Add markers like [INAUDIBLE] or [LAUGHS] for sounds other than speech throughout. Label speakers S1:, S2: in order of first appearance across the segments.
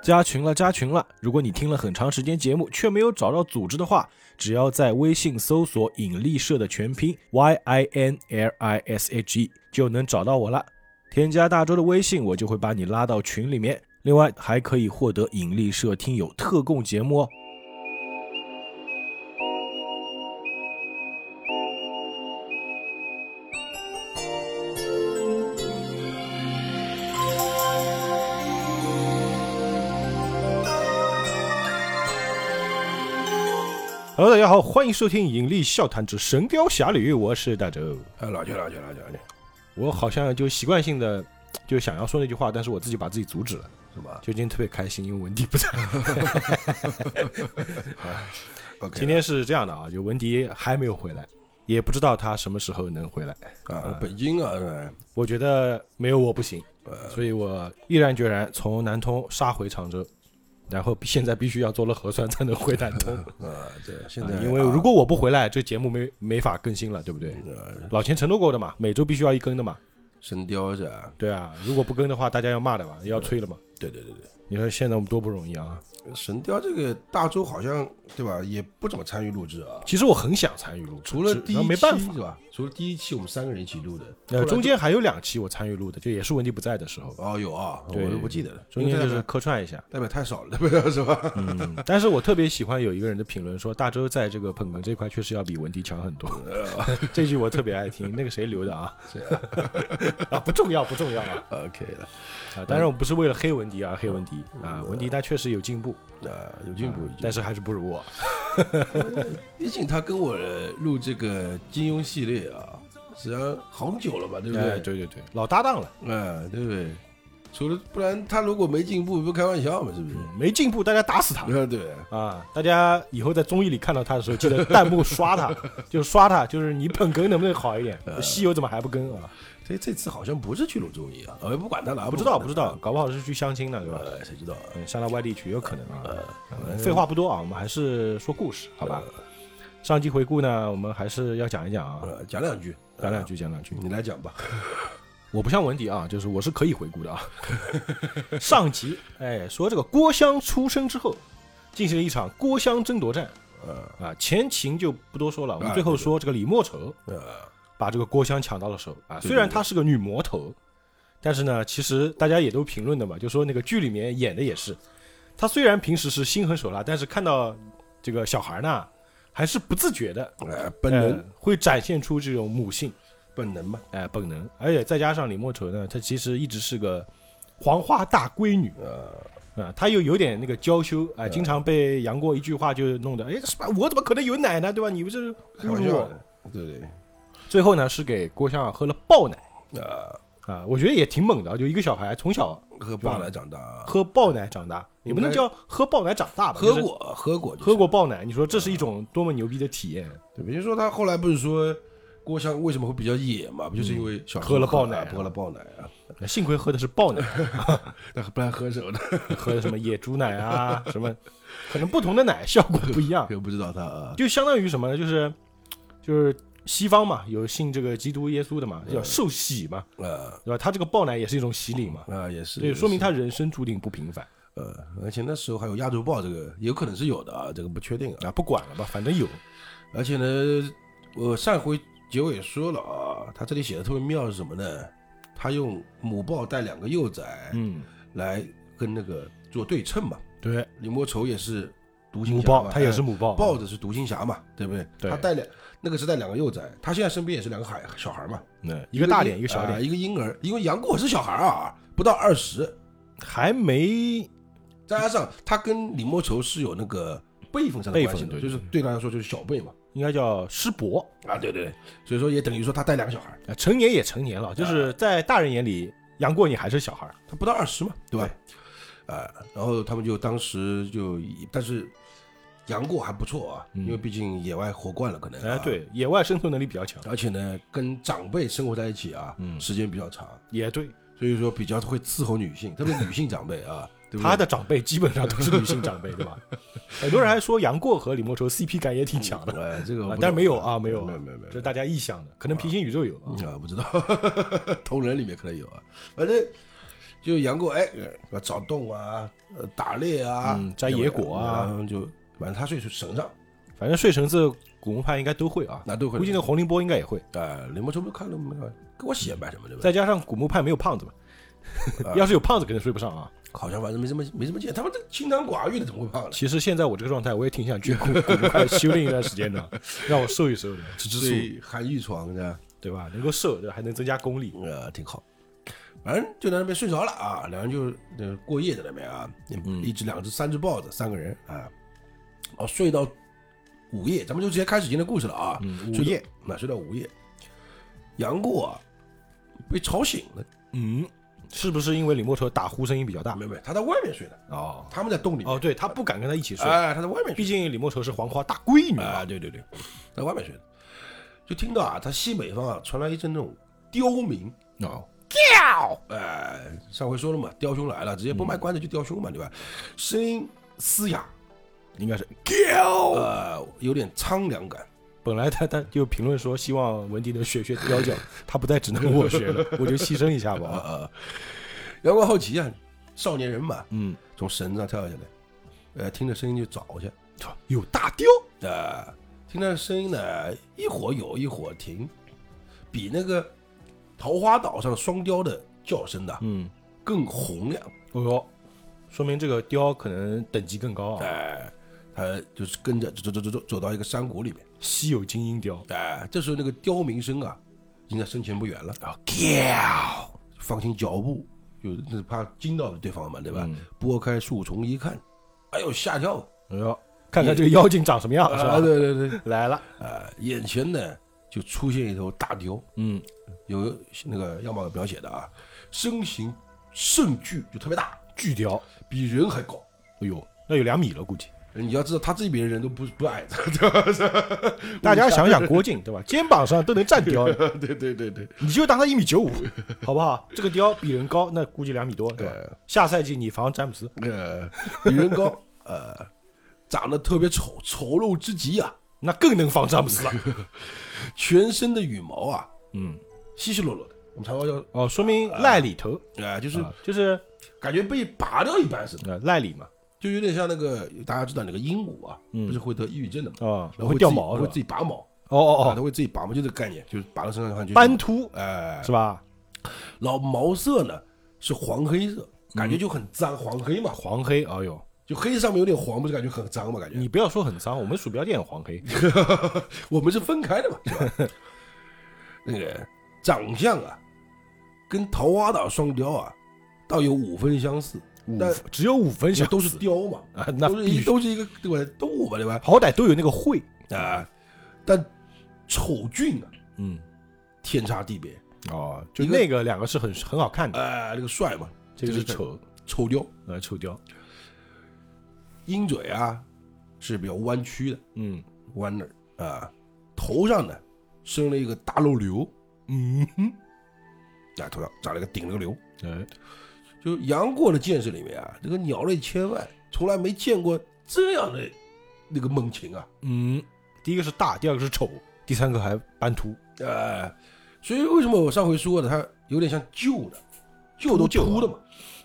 S1: 加群了，加群了！如果你听了很长时间节目却没有找到组织的话，只要在微信搜索“引力社”的全拼 Y I N L I S H E 就能找到我了。添加大周的微信，我就会把你拉到群里面。另外，还可以获得引力社听友特供节目哦。Hello，大家好，欢迎收听《引力笑谈之神雕侠侣》，我是大周。
S2: 哎，老舅，老舅，老舅，老舅，
S1: 我好像就习惯性的就想要说那句话，但是我自己把自己阻止了，
S2: 是吧
S1: 就今天特别开心，因为文迪不
S2: [LAUGHS]
S1: 在。
S2: ？OK，
S1: 今天是这样的啊，就文迪还没有回来，也不知道他什么时候能回来。
S2: 啊，北京啊，哎
S1: 我觉得没有我不行，
S2: 呃
S1: 所以我毅然决然从南通杀回常州，然后现在必须要做了核酸才能回南
S2: [LAUGHS]
S1: 通，
S2: 啊，对，现
S1: 啊
S2: 在
S1: 因为如果我不回来，这节目没没法更新了，对不对？
S2: 呃
S1: 老钱承诺过的嘛，每周必须要一更的嘛，
S2: 神雕是吧？
S1: 对啊，如果不更的话，大家要骂的嘛，要催了嘛。
S2: 对对对对，
S1: 你说现在我们多不容易啊！
S2: 神雕这个大周好像对吧，也不怎么参与录制啊，
S1: 其实我很想参与录制，
S2: 除了
S1: 只
S2: 第一
S1: 然后
S2: 期
S1: 没办法
S2: 是。吧？除了第一期我们三个人一起录的，
S1: 呃，中间还有两期我参与录的，就也是文迪不在的时候，
S2: 哦有啊，
S1: 对
S2: 我都不记得了，
S1: 中间就
S2: 因为
S1: 是
S2: 代表
S1: 客串一
S2: [LAUGHS]
S1: 下。
S2: 代表太少了，代表是吧？
S1: 嗯，但是我特别喜欢有一个人的评论说，大周在这个捧哏这块确实要比文迪强很
S2: [LAUGHS]
S1: 多。这句我特别爱听，那个谁留的啊？ [LAUGHS] 啊，不重要，不重要啊！
S2: OK 了，
S1: 啊，当然我不是为了黑文迪而黑文迪啊，文迪他确实有进步，啊
S2: 那嗯有进步，有进步
S1: 嗯但是还是不如我。
S2: 毕竟他跟我录这个金庸系列啊，实际上好久了吧，对不
S1: 哎
S2: 对？
S1: 对对对，老搭档了，
S2: 啊，对不对？除了不然，他如果没进步，不开玩笑嘛，是不是？
S1: 嗯没进步大家打
S2: [LAUGHS]
S1: 死他。
S2: 啊，对，
S1: 啊！大家以后在综艺里看到他的时候，记得弹幕刷
S2: [LAUGHS]
S1: 他，就刷他，就是你捧哏能不能好一点？
S2: 呃
S1: 西游怎么还不跟啊？
S2: 这这次好像不是去录综艺啊，我也不管他了，
S1: 不知道，不
S2: 管
S1: 知
S2: 他
S1: 道，搞不好是去相亲呢，对吧？
S2: 了，呃，谁呃知道啊？
S1: 嗯，上到外地去有可能啊。嗯废话不多啊，我们还是说故事，好吧？上集回顾呢，我们还是要讲一讲啊，
S2: 呃呃，讲两句，
S1: 讲两句，讲两句
S2: 呃，。你来讲吧。
S1: 我不像文迪啊，就是我是可以回顾
S2: [LAUGHS]
S1: 的啊。上集，哎，说这个郭襄出生之后，进行了一场郭襄争夺战
S2: 呃
S1: 啊，前情就不多说了，我们
S2: 啊
S1: 最后
S2: 对对
S1: 说这个李莫愁。
S2: 呃，
S1: 把这个郭襄抢到了手啊。
S2: 对
S1: 虽然她是个女魔头，但是呢，其实大家也都评论的嘛，就说那个剧里面演的也是，她虽然平时是心狠手辣，但是看到这个小孩呢，还是不自觉的，
S2: 呃，本能，
S1: 呃会展现出这种母性，
S2: 本能吧，
S1: 哎、本能。而且再加上李莫愁呢，她其实一直是个黄花大闺女。
S2: 呃，
S1: 啊、她又有点那个娇羞啊、经常被杨过一句话就弄得，哎，什么我怎么可能有奶呢，对吧？你不是
S2: 开
S1: 侮
S2: 玩
S1: 辱
S2: 笑
S1: 我？
S2: 的，对对，
S1: 最后呢，是给郭襄啊喝了爆奶，
S2: 呃，
S1: 啊，我觉得也挺猛的啊，就一个小孩从小
S2: 喝
S1: 吧
S2: 爆奶长大啊，
S1: 喝爆奶长大，也不能叫喝爆奶长大吧，
S2: 喝
S1: 就是
S2: 过，喝过，
S1: 喝，过爆奶，你说这是一种多么牛逼的体验？
S2: 对，比如说他后来不是说郭襄为什么会比较野嘛，不就是因为小时候
S1: 喝了爆
S2: 啊
S1: 奶啊
S2: 喝了爆奶啊，
S1: 幸亏喝的是爆奶，
S2: 那不然喝什么呢？ [LAUGHS]
S1: 喝的什么野猪奶啊，什么，可能不同的奶效果不一样，
S2: 又不知道他啊，
S1: 就相当于什么呢？就是就是西方嘛，有信这个基督耶稣的嘛，叫受洗嘛，
S2: 呃
S1: 对吧？他这个爆奶也是一种洗礼嘛，
S2: 啊，也是，
S1: 所以说明他人生注定不平凡
S2: 呃，而且那时候还有压轴报，这个有可能是有的啊，这个不确定啊。
S1: 啊。不管了吧，反正有，
S2: 而且呢，我上回结尾说了啊，他这里写的特别妙是什么呢？他用母豹带两个幼崽
S1: 嗯，
S2: 来跟那个做对称嘛。
S1: 对，
S2: 李莫愁也是独行
S1: 母
S2: 侠
S1: 豹，
S2: 嘛
S1: 他也是
S2: 哎
S1: 母豹，
S2: 豹子是独行侠嘛，对不对？
S1: 对
S2: 他带两那个是带两个幼崽，他现在身边也是两个孩小孩嘛，
S1: 嗯，一个大脸，
S2: 婴
S1: 一个小
S2: 啊
S1: 脸，
S2: 一个婴儿，因为杨过是小孩啊，不到二十，
S1: 还没
S2: 再加上他跟李莫愁是有那个辈分上的
S1: 辈
S2: 关系
S1: 分
S2: 的，
S1: 对
S2: 就是对他来说就是小辈嘛。
S1: 应该叫师伯，
S2: 啊，对对对，所以说也等于说他带两个小孩，
S1: 呃成年也成年
S2: 啊
S1: 了，就是在大人眼里，杨过你还是小孩儿。
S2: 他不到二十嘛，对吧？啊，然后他们就当时就以，但是杨过还不错啊，因为毕竟野外活惯了，可能、啊、
S1: 嗯哎，，对，野外生存能力比较强，
S2: 而且呢，跟长辈生活
S1: 嗯
S2: 在一起啊，时间比较长，
S1: 也对， [LAUGHS]
S2: 所以说比较会伺候女性，特别女性长辈啊，对不对
S1: 他的长辈基本上都是女性长辈，
S2: [LAUGHS]
S1: 对吧？很多人还说杨过和李莫愁 CP 感也挺强的，
S2: 哎， [LAUGHS] 这个我
S1: 啊
S2: 不
S1: 但是
S2: 懂
S1: 没有啊，没有，
S2: 没有没有没有
S1: 这是大家臆想的，可能平行宇宙有啊。
S2: 啊，不知道， [LAUGHS] 同人里面可能有啊，反正就杨过哎，呃找洞啊，呃打猎啊，
S1: 嗯摘野果啊
S2: 然后就反正他睡绳上，
S1: 反正睡绳子、古墓派应该都会啊，
S2: 那都会
S1: 估计那个洪凌波应该也会。
S2: 啊，李莫愁不看了没有？给我写吧什么的吧，
S1: 再加上古墓派没有胖子
S2: [LAUGHS]
S1: 嘛， [LAUGHS] 要是有胖子肯定睡不上啊。
S2: 好像反正没什么没什么见，他们这清汤寡欲的怎么会胖呢？
S1: 其实现在我这个状态，我也挺想去古 [LAUGHS] 古墓派修炼一段时间的，让我瘦一瘦的，吃吃
S2: 所
S1: 素，
S2: 以寒玉床呢，
S1: 对吧？能够瘦，对吧还能增加功力。
S2: 呃，挺好。反正就在那边睡着了啊，两人就呃过夜在那边啊，
S1: 嗯
S2: 一只、两只、三只豹子，三个人啊，哦，睡到午夜，咱们就直接开始今天的故事了啊。
S1: 嗯
S2: 睡
S1: 午
S2: 到
S1: 夜，
S2: 那睡到午夜，杨过啊被吵醒了，
S1: 嗯，是不是因为李莫愁打呼声音比较大
S2: 没？有没有，他在外面睡的，
S1: 哦
S2: 他们在洞里面，
S1: 哦，对他不敢跟他一起睡，
S2: 哎，他在外面睡
S1: 毕，竟李莫愁是黄花大闺女嘛。
S2: 啊，对对对，在外面睡的，就听到啊，他西北方啊传来一阵那种刁民，
S1: 哦，
S2: 哎，上回说了嘛，雕兄来了，直接
S1: 嗯
S2: 不卖关子就雕兄嘛，对吧？声音嘶哑，
S1: 应该是。
S2: 呃，有点苍凉感。
S1: 本来他他就评论说希望文迪能学学雕脚，他不再只能我学了，我就牺牲一下吧。啊
S2: 呃杨过好奇啊，少年人嘛，
S1: 嗯，
S2: 从绳子上跳下来，呃，听着声音就找去，
S1: 有大雕，
S2: 呃，听那声音呢，一会儿有一会儿停，比那个桃花岛上双雕的叫声呐
S1: 嗯，
S2: 更洪亮。
S1: 哦哟，说明这个雕可能等级更高啊，
S2: 哎、他就是跟着走走走走走到一个山谷里面，
S1: 稀有精英雕。
S2: 哎、这时候那个刁民声啊，已经在身前不远了。
S1: 啊，
S2: 放轻脚步，就是怕惊到对方嘛，对吧
S1: 嗯？
S2: 拨开树丛一看，哎呦吓跳！
S1: 哎呦，看看这个妖精长什么样是
S2: 啊，
S1: 吧？
S2: 对对对，
S1: 来了，
S2: 啊，眼前呢就出现一头大雕，
S1: 嗯，
S2: 有那个样貌描写的啊，身形甚巨，就特别大，
S1: 巨雕，
S2: 比人还高。
S1: 哎呦，那有两米了估计。
S2: 你要知道，他这边人都不不矮的， [LAUGHS] 对吧？
S1: 大家想想郭靖对 [LAUGHS] 吧？肩膀上都能站 [LAUGHS] 雕，
S2: [LAUGHS] 对对对对，
S1: 你就当他一米九 [LAUGHS] 五，好不好？这个雕比人高，那估计两米多对吧？下赛季你防詹姆斯，
S2: 呃，比人高，呃，长得特别丑，丑陋之极啊，
S1: 那更能防詹姆 [LAUGHS] 斯了。
S2: 全身的羽毛啊，
S1: 嗯，
S2: 稀稀落落的。我们常说叫
S1: 哦，说明赖里头
S2: 啊、就是
S1: 啊就是
S2: 感觉被拔掉一般似的，
S1: 呃赖里嘛，
S2: 就有点像那个大家知道那个鹦鹉啊，不是会得抑郁症的嘛，
S1: 嗯啊，
S2: 然后
S1: 会
S2: 自己
S1: 掉毛是
S2: 会
S1: 吧
S2: 自？己拔毛，
S1: 哦
S2: 啊
S1: 哦
S2: 它
S1: 哦，
S2: 会自己拔毛，就这个概念，就是拔到身上的话就
S1: 斑，秃
S2: 哎，
S1: 是吧？
S2: 然后毛色呢是黄黑色，感
S1: 嗯
S2: 觉就很脏，黄黑嘛，
S1: 黄黑，哎呦，
S2: 就黑上面有点黄，不是感觉很脏嘛，感觉
S1: 你不要说很脏，我们鼠标垫也黄黑，
S2: [LAUGHS] 我们是分开的嘛，是吧？
S1: [LAUGHS]
S2: 那个长相啊，跟桃花岛双雕啊，倒有五分相似，
S1: 五
S2: 但
S1: 分 [LAUGHS] 只有五分像
S2: 都是雕嘛，
S1: 啊，那
S2: 都是
S1: 必
S2: 一
S1: 须
S2: 都是一个对吧动物嘛，对吧？
S1: 好歹都有那个喙，
S2: 啊，但丑俊啊，
S1: 嗯，
S2: 天差地别。
S1: 哦，就
S2: 一个
S1: 那个两个是很很好看的，
S2: 哎，那个帅嘛，
S1: 这个是
S2: 这个
S1: 丑
S2: 丑雕，
S1: 呃丑雕，
S2: 鹰嘴啊是比较弯曲的，
S1: 嗯
S2: 弯那儿啊，头上呢生了一个大漏瘤，
S1: 嗯，
S2: 啊，头上长了一个顶了个瘤。
S1: 哎，
S2: 就杨过的见识里面啊，这个鸟类千万，从来没见过这样的那个猛禽啊，
S1: 嗯，第一个是大，第二个是丑，第三个还斑秃，
S2: 呃，所以为什么我上回说的，它有点像旧的，旧都
S1: 秃鹫啊
S2: 秃的嘛，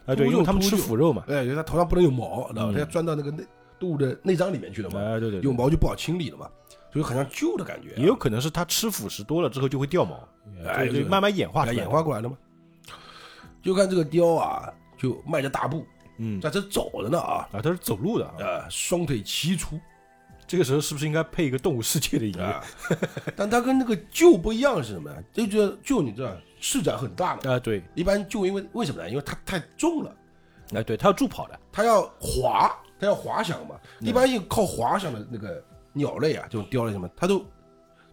S1: 啊，对，
S2: 秃
S1: 因为
S2: 鹫
S1: 他们
S2: 秃
S1: 吃
S2: 鹫
S1: 腐肉嘛，
S2: 哎，因为它头上不能有毛，然后
S1: 嗯
S2: 它要钻到那个内动物的内脏里面去了嘛，
S1: 哎，对对，对
S2: 有毛就不好清理了嘛，所以很像旧的感觉啊、
S1: 也有可能是它吃腐食多了之后就会掉毛，
S2: 哎
S1: 就
S2: 对
S1: 就慢慢演化出
S2: 来
S1: 来，
S2: 演化，过来的嘛。就看这个雕啊，就迈着大步
S1: 嗯，
S2: 在这走着呢啊，
S1: 啊，它是走路的啊，
S2: 呃，双腿齐出
S1: 这个时候是不是应该配一个动物世界的音乐？
S2: 啊。但它跟那个鹫不一样是什么呀？这就鹫你知道翅展很大的，
S1: 啊，对，
S2: 一般鹫因为为什么呢？因为它太重了，
S1: 哎，对，它要助跑的，
S2: 它要滑，它要滑翔嘛。
S1: 嗯
S2: 一般有靠滑翔的那个鸟类啊，这种雕类什么，它都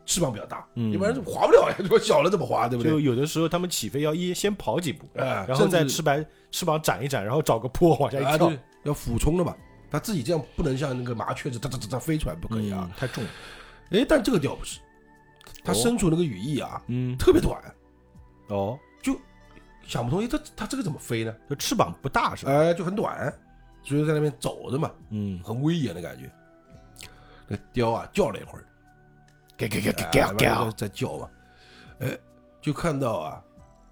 S2: 翅膀比较大，
S1: 嗯
S2: 一般人滑不了呀，说小了怎么滑，对不对
S1: 就？有的时候它们起飞要一先跑几步，
S2: 啊，
S1: 然后再
S2: 甚至
S1: 翅膀翅膀展一展，然后找个坡往下
S2: 啊，
S1: 一跳
S2: 对，，要俯冲的嘛。它自己这样不能像那个麻雀子哒哒哒哒飞出来，不可以啊
S1: 嗯。太重了，
S2: 哎、但这个雕不是，它
S1: 哦
S2: 身处那个羽翼啊，
S1: 嗯，
S2: 特别短，
S1: 哦，
S2: 就想不通，哎，这它这个怎么飞呢？
S1: 就翅膀不大是吧？
S2: 哎，就很短，所以就在那边走着嘛，
S1: 嗯，
S2: 很威严的感觉。那雕啊叫了一会儿，
S1: 给给给
S2: 哎
S1: 给给
S2: 完了在在叫嘛，哎，就看到啊，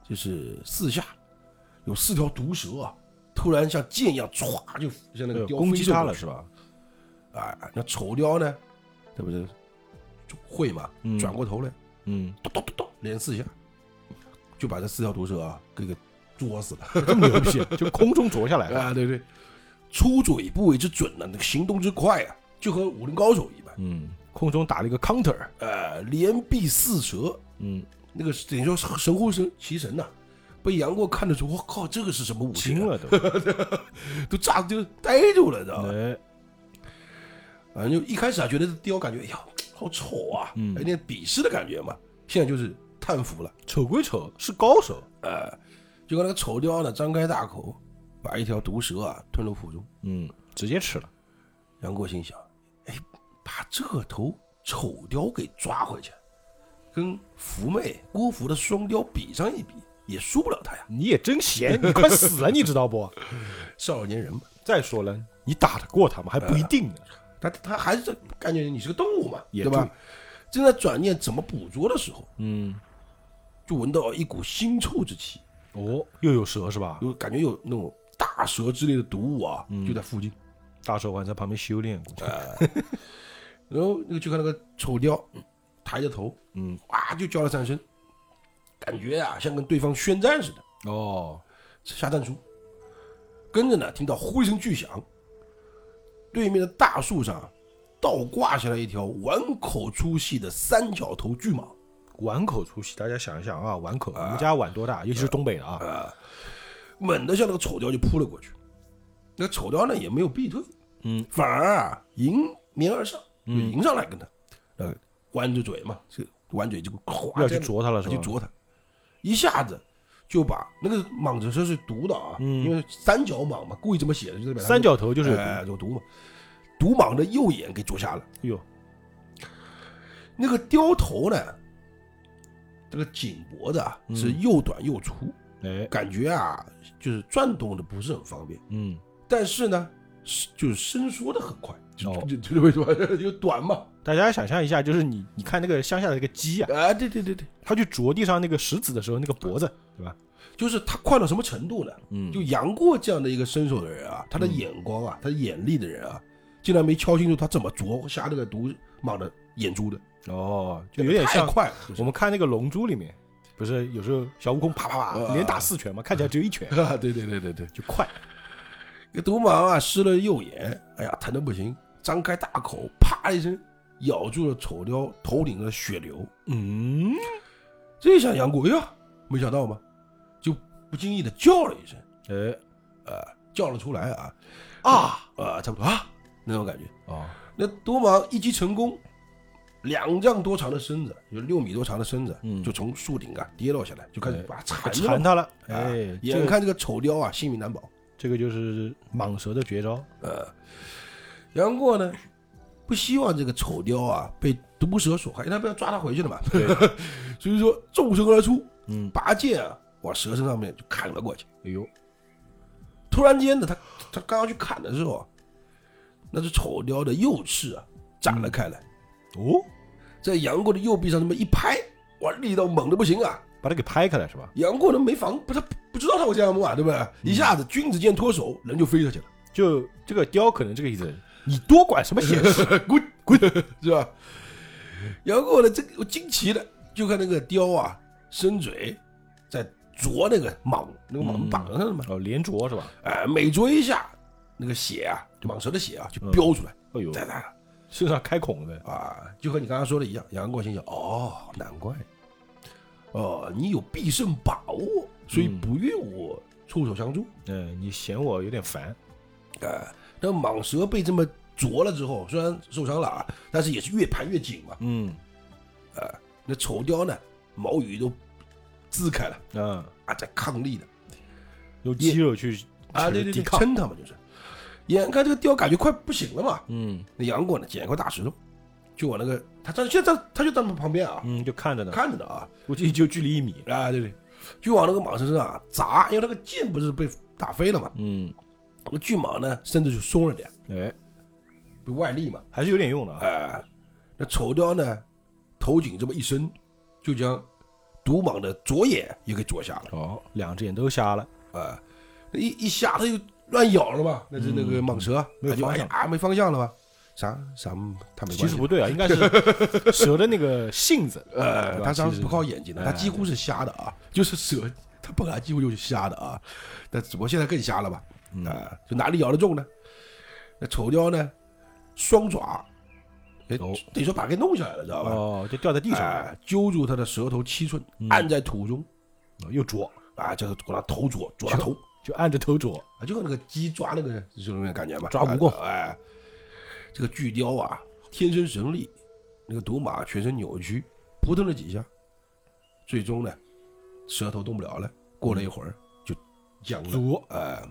S2: 就是四下有四条毒蛇啊，突然像箭一样歘就向那个雕
S1: 攻
S2: 飞
S1: 击
S2: 射
S1: 它
S2: 过
S1: 了
S2: 去
S1: 是吧？
S2: 啊，那丑雕呢，这不是就会嘛
S1: 嗯，
S2: 转过头来，
S1: 嗯，
S2: 咚咚咚咚，连四下，就把这四条毒蛇啊给给捉死了。
S1: 这么牛逼，啊就空中啄下来了。
S2: 啊，对对，出嘴不为之准啊呢、那个行动之快啊，就和武林高手一般。
S1: 嗯，空中打了一个 counter，
S2: 呃，连臂四蛇，
S1: 嗯，
S2: 那个等于说神乎神其神呐、被杨过看得出，我靠，这个是什么武器、
S1: 惊
S2: 啊？
S1: 了 [LAUGHS] 都。
S2: 都炸就呆住了，知道吧？
S1: 哎，
S2: 反正就一开始啊，觉得这雕感觉，哎呀，好丑啊，
S1: 嗯
S2: 有点鄙视的感觉嘛。现在就是叹服了，
S1: 丑归丑，是高手。
S2: 呃，就跟那个丑雕呢，张开大口，把一条毒蛇啊吞入腹中。
S1: 嗯，直接吃了。
S2: 杨过心想：“哎，把这头丑雕给抓回去，跟福妹、郭芙的双雕比上一比，也输不了他呀。
S1: 你也真 [LAUGHS] 闲，你快死了，你知道不？
S2: 少年人嘛，
S1: 再说了，你打得过他吗？还不一定呢。
S2: 他他还是感觉你是个动物嘛，
S1: 也
S2: 对吧？正在转念怎么捕捉的时候，
S1: 嗯，
S2: 就闻到一股腥臭之气，
S1: 哦，又有蛇是吧？
S2: 就感觉有那种大蛇之类的毒物啊，
S1: 嗯
S2: 就在附近。
S1: 大蛇丸在旁边修炼，估计。
S2: 然后那个就看那个丑雕嗯抬着头，
S1: 嗯，
S2: 哇就叫了三声，感觉啊像跟对方宣战似的。”
S1: 哦，
S2: 下蛋叔，跟着呢，听到呼一声巨响，对面的大树上倒挂下来一条碗口粗细的三角头巨蟒。
S1: 碗口粗细，大家想一想啊，碗口，我们家碗多大？尤其是东北的啊，
S2: 猛地向那个丑雕就扑了过去。那个丑雕呢也没有避退，
S1: 嗯，
S2: 反而啊迎面而上，就迎上来跟他，呃，弯着嘴嘛，这弯嘴就哗
S1: 要去啄它了是吧
S2: 就啄它，一下子就把那个蟒子蛇是毒的啊，
S1: 嗯
S2: 因为三角蟒嘛，故意这么写的，就代表它
S1: 三角头就是有毒。
S2: 哎有毒嘛，毒蟒的右眼给啄瞎了，
S1: 哟，
S2: 那个雕头呢，这个颈脖子啊
S1: 嗯
S2: 是又短又粗，
S1: 哎，
S2: 感觉啊就是转动的不是很方便。
S1: 嗯，
S2: 但是呢，是就是伸缩的很快，就
S1: 哦
S2: 就就为什么就短嘛？
S1: 大家想象一下，就是你，你看那个乡下的那个鸡啊，
S2: 啊，对对对对，
S1: 它去啄地上那个石子的时候，那个脖子，对吧？
S2: 就是他快到什么程度呢？
S1: 嗯
S2: 就杨过这样的一个身手的人啊，他的眼光啊，他的眼力的人啊，竟然没敲清楚他怎么啄瞎这个毒蟒的眼珠的，
S1: 哦，就有点像
S2: 太快了，就是
S1: 我们看那个《龙珠》里面，不是有时候小悟空啪啪啪
S2: 啊
S1: 连打四拳嘛，看起来只有一拳
S2: 啊，对对对对对，
S1: 就快，
S2: 这毒蟒啊失了右眼，哎呀，疼的不行，张开大口，啪一声咬住了丑雕头顶的血流。
S1: 嗯，
S2: 这下杨过，哎呀，没想到嘛，就不经意的叫了一声，
S1: 哎
S2: 呃，叫了出来啊，
S1: 啊
S2: 啊，差不多啊，那种感觉。
S1: 哦，
S2: 那毒蟒一击成功，两丈多长的身子，有六米多长的身子，
S1: 嗯
S2: 就从树顶啊跌落下来，就开始
S1: 哎
S2: 把它缠着
S1: 缠
S2: 了。
S1: 他了，
S2: 啊
S1: 哎，这
S2: 眼
S1: 个
S2: 看这个丑雕啊，性命难保。
S1: 这个就是蟒蛇的绝招，
S2: 杨过呢，不希望这个丑雕啊被毒蛇所害，因为他不要抓它回去了嘛。 [LAUGHS] 所以说纵身而出，
S1: 嗯，
S2: 拔剑啊往蛇身上面就砍了过去。
S1: 哎呦，
S2: 突然间呢，他他刚要去砍的时候啊，那只丑雕的右翅啊展了开来，
S1: 哦，
S2: 在杨过的右臂上这么一拍，哇，力道猛的不行啊！
S1: 把它给拍开来是吧？
S2: 杨过呢没防，不他不知道他会这样弄啊，对不对？一下子君子剑脱手，人就飞上去了，
S1: 就这个雕可能这个意思，你多管什么闲
S2: [LAUGHS]
S1: 事？
S2: 滚滚，是吧？杨过呢，这个我惊奇的就看那个雕啊，伸嘴在啄那个蟒，那个蟒绑上了嘛，
S1: [LAUGHS] 哦，连啄是吧？
S2: 哎，每啄一下，那个血啊，就蟒蛇的血啊，就飙出来，
S1: 哎呦，
S2: 哒哒
S1: 身上开孔了，
S2: 啊，就和你刚刚说的一样。杨过心想，哦，难怪，哦，你有必胜把握，所以不愿我出手相助。
S1: 嗯，你嫌我有点烦，
S2: 啊，那蟒蛇被这么啄了之后，虽然受伤了啊，但是也是越盘越紧嘛。
S1: 嗯
S2: 那丑雕呢，毛羽都支开了
S1: 啊，
S2: 啊，在抗力的
S1: 用肌肉去
S2: 啊，对对
S1: 抵
S2: 对，
S1: 抗，
S2: 撑它嘛就是。眼看这个雕感觉快不行了嘛，
S1: 嗯
S2: 那杨过呢捡一块大石头，就往那个他站现在他就站旁边啊，
S1: 嗯，就看着呢，
S2: 看着呢啊
S1: 估计就距离一米，
S2: 啊对对，就往那个蟒身上啊砸，因为那个箭不是被打飞了嘛，
S1: 嗯，
S2: 那个巨蟒呢身子就松了点，
S1: 哎，
S2: 被外力嘛，
S1: 还是有点用的啊。
S2: 哎、那丑雕呢头颈这么一伸，就将独蟒的左眼也给啄瞎了，
S1: 哦，两只眼都瞎了，
S2: 啊、那一一瞎它就乱咬了嘛，那是那个蟒蛇，
S1: 没有
S2: 它就
S1: 方
S2: 哎
S1: 向
S2: 呀嗯没方向了吧？啥啥它没关系
S1: 其实不对啊，应该
S2: [LAUGHS]
S1: 是蛇的那个性子，
S2: 呃，
S1: 对吧
S2: 它当
S1: 其
S2: 时
S1: 实哎
S2: 不靠眼睛的，它几乎是瞎的啊，就是蛇，它本来几乎就是瞎的啊，但只不过现在更瞎了吧？
S1: 嗯
S2: 啊，就哪里咬得中呢？那丑雕呢，双爪，哎
S1: 哦，
S2: 等于说把它给弄下来了，知道吧？
S1: 哦，就掉在地上了，
S2: 啊哎揪住它的舌头七寸，按在土中，
S1: 哦又啄，
S2: 啊，就是给它头啄，啄它头，
S1: 就按着头啄，
S2: 啊，就跟那个鸡抓那个就是那个感觉嘛，
S1: 抓蜈蚣
S2: 啊哎，这个巨雕啊，天生神力，那个毒马全身扭曲，扑腾了几下，最终呢，舌头动不了了。过了一会儿就僵了。
S1: 啄，
S2: 哎，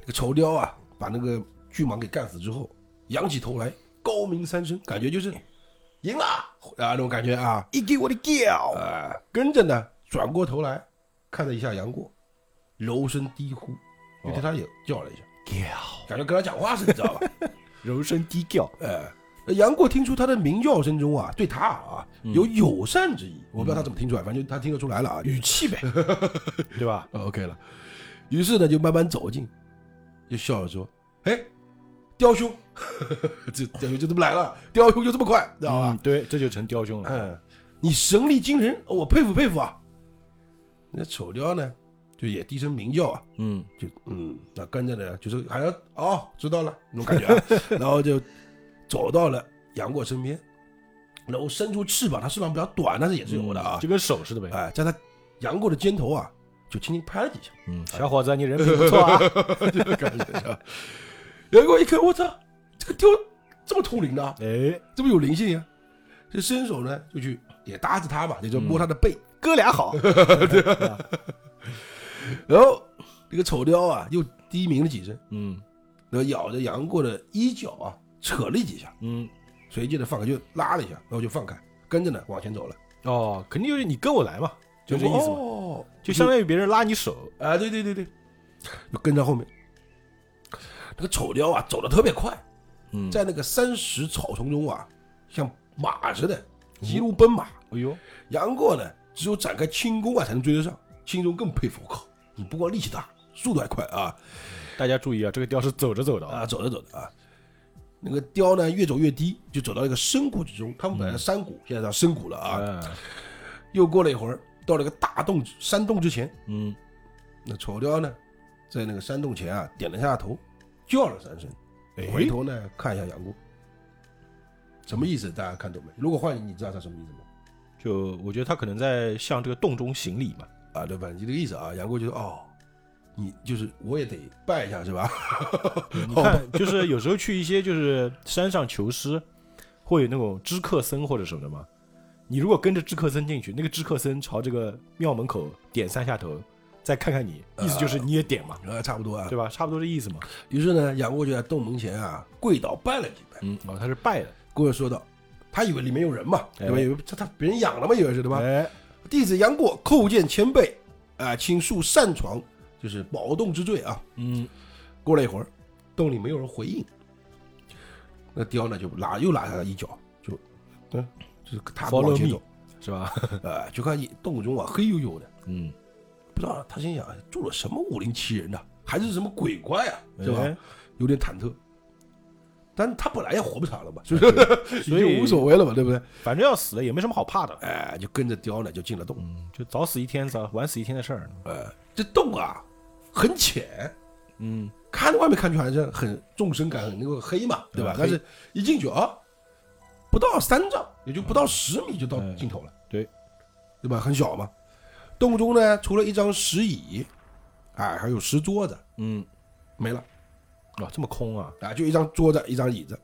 S2: 这个丑雕啊，把那个巨蟒给干死之后，仰起头来，高鸣三声，感觉就是赢了啊那种感觉啊。
S1: 一给我的叫，
S2: 啊，跟着呢，转过头来看了一下杨过，柔声低呼，因为他也叫了一下，
S1: 叫，
S2: 感觉跟他讲话似的，你知道 [LAUGHS] 吧？
S1: 柔声低
S2: [LAUGHS]
S1: 叫，
S2: 哎，那杨过听出他的鸣叫声中啊，对他啊有友善之意，我不知道他怎么听出来，反正就他听得出来了啊，语气呗
S1: 对吧？
S2: [LAUGHS] ，OK 了。于是呢，就慢慢走近，就笑着说：“哎，雕兄， [LAUGHS] 这雕兄就这么来了，雕兄就这么快，知道吧？”
S1: 嗯，对，这就成雕兄了，
S2: 嗯，你神力惊人，我佩服佩服啊。那丑雕呢，就也低声鸣叫啊，
S1: 嗯，
S2: 就嗯，那跟着呢，就是好像哦，知道了那种感觉、啊，然后就走到了杨过身边，然后伸出翅膀，它翅膀比较短，但是也是有的啊
S1: 嗯就，跟手似的呗，
S2: 哎，在它杨过的肩头啊，就轻轻拍了几下，
S1: 嗯，小伙子，你人品不错
S2: [LAUGHS]
S1: 啊，
S2: 这个感觉 [LAUGHS] 啊。杨过一看，我操，这个雕这么通灵的啊，
S1: 哎，
S2: 这么有灵性呀、啊这伸手呢就去也搭着它嘛，就就摸它的背，
S1: 哥俩好，
S2: 然后这个丑雕啊又低鸣了几声，
S1: 嗯
S2: 然后咬着杨过的衣角啊扯了几下，
S1: 嗯，
S2: 随即呢放开就拉了一下，然后就放开，跟着呢往前走了，
S1: 哦，肯定就是你跟我来嘛，就这意思嘛，
S2: 哦，
S1: 就相当于别人拉你手，
S2: 啊，对对对对，就跟在后面。那个丑雕啊走的特别快，
S1: 嗯
S2: 在那个山石草丛中啊，像马似的一路奔马。
S1: 哎呦，
S2: 杨过呢，只有展开轻功啊才能追得上，轻功更佩服我靠，你不光力气大，速度还快啊！
S1: 大家注意啊，这个雕是走着走的啊，
S2: 啊，走着走着啊，那个雕呢越走越低，就走到一个深谷之中。他们本来是山谷，现在到深谷了啊。
S1: 嗯
S2: 又过了一会儿，到了一个大洞之山洞之前，
S1: 嗯，
S2: 那丑雕呢，在那个山洞前啊点了一下头，叫了三声，
S1: 哎
S2: 回头呢看一下杨过，什么意思？大家看懂没？如果换你，你知道他什么意思吗？
S1: 就我觉得他可能在向这个洞中行礼嘛，
S2: 啊，对吧？你这个意思啊，杨过就说哦，你就是我也得拜一下是吧？哦
S1: 你
S2: [LAUGHS] 好吧
S1: 看，就是有时候去一些就是山上求师，会有那种知客僧或者什么的嘛。你如果跟着知客僧进去，那个知客僧朝这个庙门口点三下头，再看看你，意思就是你也点嘛，
S2: 呃，差不多啊。
S1: 对吧？差不多这意思嘛。
S2: 于是呢，杨过就在洞门前啊跪倒拜了几拜。
S1: 嗯，哦，他是拜的，
S2: 郭说道：“他以为里面有人嘛，对吧？
S1: 哎
S2: 以为他他别人养了嘛，以为是对吧？
S1: 哎，
S2: 弟子杨过叩见前辈，啊、请恕擅闯，就是暴动之罪啊。
S1: 嗯，
S2: 过了一会儿，洞里没有人回应，那雕呢就拉又拉他一脚，就，嗯，就是他
S1: Follow
S2: 往前
S1: me
S2: 走，
S1: 是吧？
S2: 呃，就看一洞中啊黑黝黝的，
S1: 嗯，
S2: 不知道他心想做了什么武林奇人呐、还是什么鬼怪啊，是吧？
S1: 哎
S2: 有点忐忑。但他本来也活不长了嘛，是不 [LAUGHS] 是？
S1: 所以
S2: 也就无所谓了嘛，对不对？
S1: 反正要死了也没什么好怕的，
S2: 哎，就跟着雕呢，就进了洞。
S1: 嗯，就早死一天早晚死一天的事儿。
S2: 哎，这洞啊很浅，
S1: 嗯，
S2: 看着外面看去好像是很纵深感很那个黑嘛，对吧？
S1: 嗯
S2: 但是一进去啊，不到三丈，也就不
S1: 嗯
S2: 到十米就到尽头了，
S1: 对，
S2: 对吧？很小嘛。洞中呢，除了一张石椅，哎，还有石桌子，
S1: 嗯，
S2: 没了
S1: 哇，这么空啊，
S2: 啊，就一张桌子，一张椅子，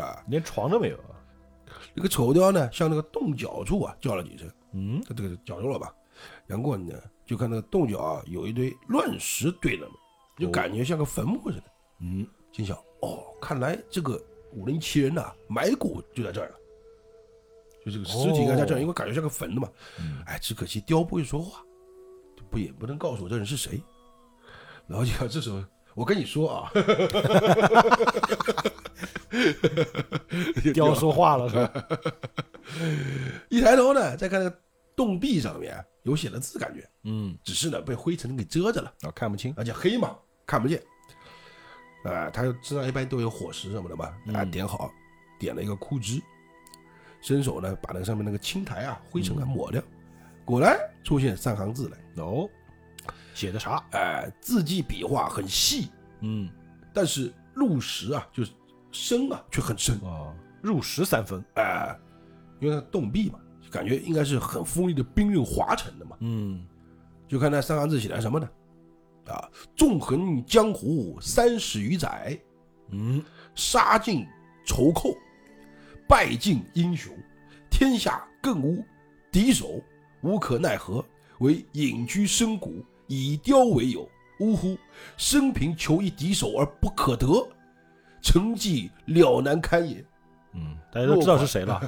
S2: 啊，
S1: 连床都没有啊。 [LAUGHS]
S2: 这个丑雕呢，向那个洞角处啊叫了几声，
S1: 嗯，
S2: 这个角落吧，杨过呢就看那个洞角啊有一堆乱石堆着嘛，就感觉像个坟墓似的。
S1: 哦嗯，
S2: 心想：哦，看来这个武林奇人呐、埋骨就在这儿了。就是个尸体应该像这
S1: 哦嗯
S2: 样，因为感觉像个坟的嘛。哎，只可惜雕不会说话，就不也不能告诉我这人是谁。然后就这时候，我跟你说啊， [LAUGHS]
S1: 雕说话了是吧？
S2: 一抬头呢，再看那个洞壁上面啊有写了字，感觉
S1: [LAUGHS] 嗯，
S2: 只是呢被灰尘给遮着了，
S1: 啊，看不清。
S2: 而且黑嘛，看不见。啊、他身上一般都有火石什么的嘛，啊，点好，点了一个枯枝，伸手呢把那个上面那个青苔啊、灰尘啊抹掉，果然出现三行字来。
S1: 哦，写的啥？
S2: 哎、字迹笔画很细，
S1: 嗯
S2: 但是入石啊，就是深啊，却很深。
S1: 啊，入石三分。
S2: 哎、因为它洞壁嘛，感觉应该是很锋利的冰刃划成的嘛。
S1: 嗯，
S2: 就看那三行字写的什么呢？啊，纵横江湖三十余载，
S1: 嗯，
S2: 杀尽仇寇，败尽英雄，天下更无敌手，无可奈何，唯隐居深谷，以雕为友。呜呼！生平求一敌手而不可得，成绩了难堪也。
S1: 嗯，大家都知道是 [LAUGHS] 谁了。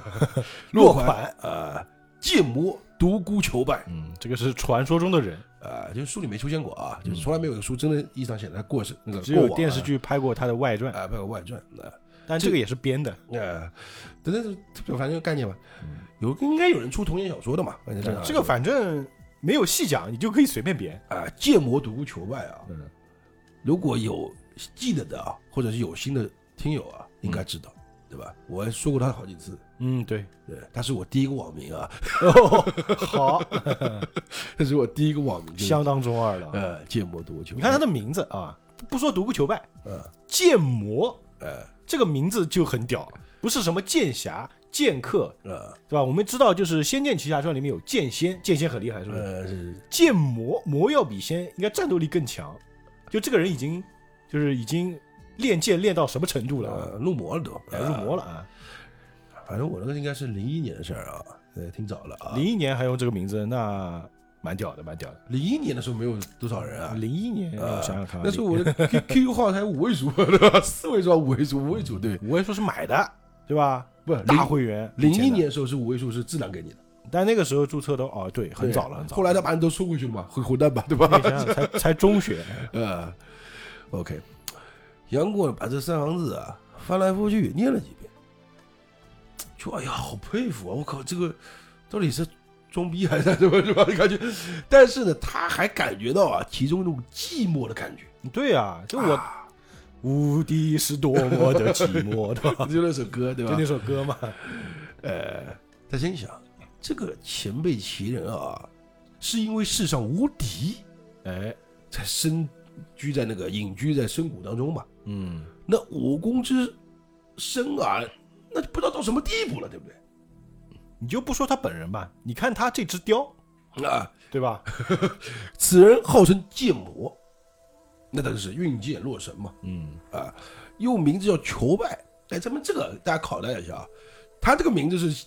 S2: 落
S1: 款
S2: 款呃，剑魔独孤求败。
S1: 嗯，这个是传说中的人，
S2: 呃，就是书里没出现过啊，就是从来没有一个书真的意义上写的过是那个
S1: 只
S2: 过
S1: 有
S2: 往啊
S1: 电视剧拍过他的外传，
S2: 啊，包括外传啊，
S1: 但这个也是编的。
S2: 呃，等等，就反正就概念吧，
S1: 嗯
S2: 有应该有人出童言小说的嘛，反正正常
S1: 这个反正没有细讲，你就可以随便编。
S2: 啊，剑魔独孤求败啊，
S1: 嗯
S2: 如果有记得的啊，或者是有心的听友啊，应该知道，对吧？我还说过他好几次，
S1: 嗯，对。
S2: 对，他是我第一个网名啊， [LAUGHS]
S1: 哦， [LAUGHS] 好，
S2: 他是我第一个网名，就是
S1: 相当中二了。
S2: 呃，剑魔独孤求败，
S1: 你看他的名字啊，不说独孤求败，
S2: 呃
S1: 剑魔
S2: 呃
S1: 这个名字就很屌，不是什么剑侠、剑客，
S2: 呃
S1: 对吧？我们知道，就是《仙剑奇侠传》里面有剑仙，剑仙很厉害，是不是？
S2: 呃是
S1: 剑魔魔要比仙应该战斗力更强，就这个人已经就是已经练剑练到什么程度了啊？
S2: 呃入魔了都，
S1: 哎入魔了啊！
S2: 反正我那个应该是零一年的事儿啊，呃，挺早了啊。
S1: 零一年还用这个名字，那蛮屌的，蛮屌的。
S2: 零一年的时候没有多少人啊，
S1: 零一年，
S2: 呃
S1: 我想想看啊，
S2: 那时候
S1: [LAUGHS]
S2: 我的 Q QQ 号才五位数，对吧？四位数啊，五位数，五位数，对，
S1: 零我也说是买的，对吧？
S2: 不
S1: 嗯大会员，
S2: 呃零
S1: 以
S2: 一
S1: 前的
S2: 年，的时候是五位数是自然给你的，
S1: 但那个时候注册都哦，对，很早了，
S2: 对
S1: 很早了。
S2: 后来他把你都收回去了嘛，混混蛋吧，对吧？
S1: 那想想才才中学，
S2: [LAUGHS] 呃，OK，杨过把这三行字啊翻来覆去念了几遍，就哎呀，好佩服啊！我靠，这个到底是装逼还是什么是吧？感觉，但是呢，他还感觉到啊其中一种寂寞的感觉。
S1: 对啊，就我
S2: 啊
S1: 无敌是多么的寂寞，对吧？
S2: 就那首歌 [LAUGHS] 对啊
S1: 就
S2: 吧
S1: 那？首歌嘛，
S2: 呃，他心想，这个前辈奇人啊，是因为世上无敌，
S1: 哎，
S2: 才深居在那个隐居在深谷当中嘛。
S1: 嗯，
S2: 那武功之深啊，那就不知道到什么地步了，对不对？
S1: 你就不说他本人吧，你看他这只雕，
S2: 啊，
S1: 对吧？
S2: 此人号称剑魔，那当然是运剑洛神嘛，
S1: 嗯，
S2: 啊，又名字叫求败。哎，咱们这个大家考量一下啊，他这个名字是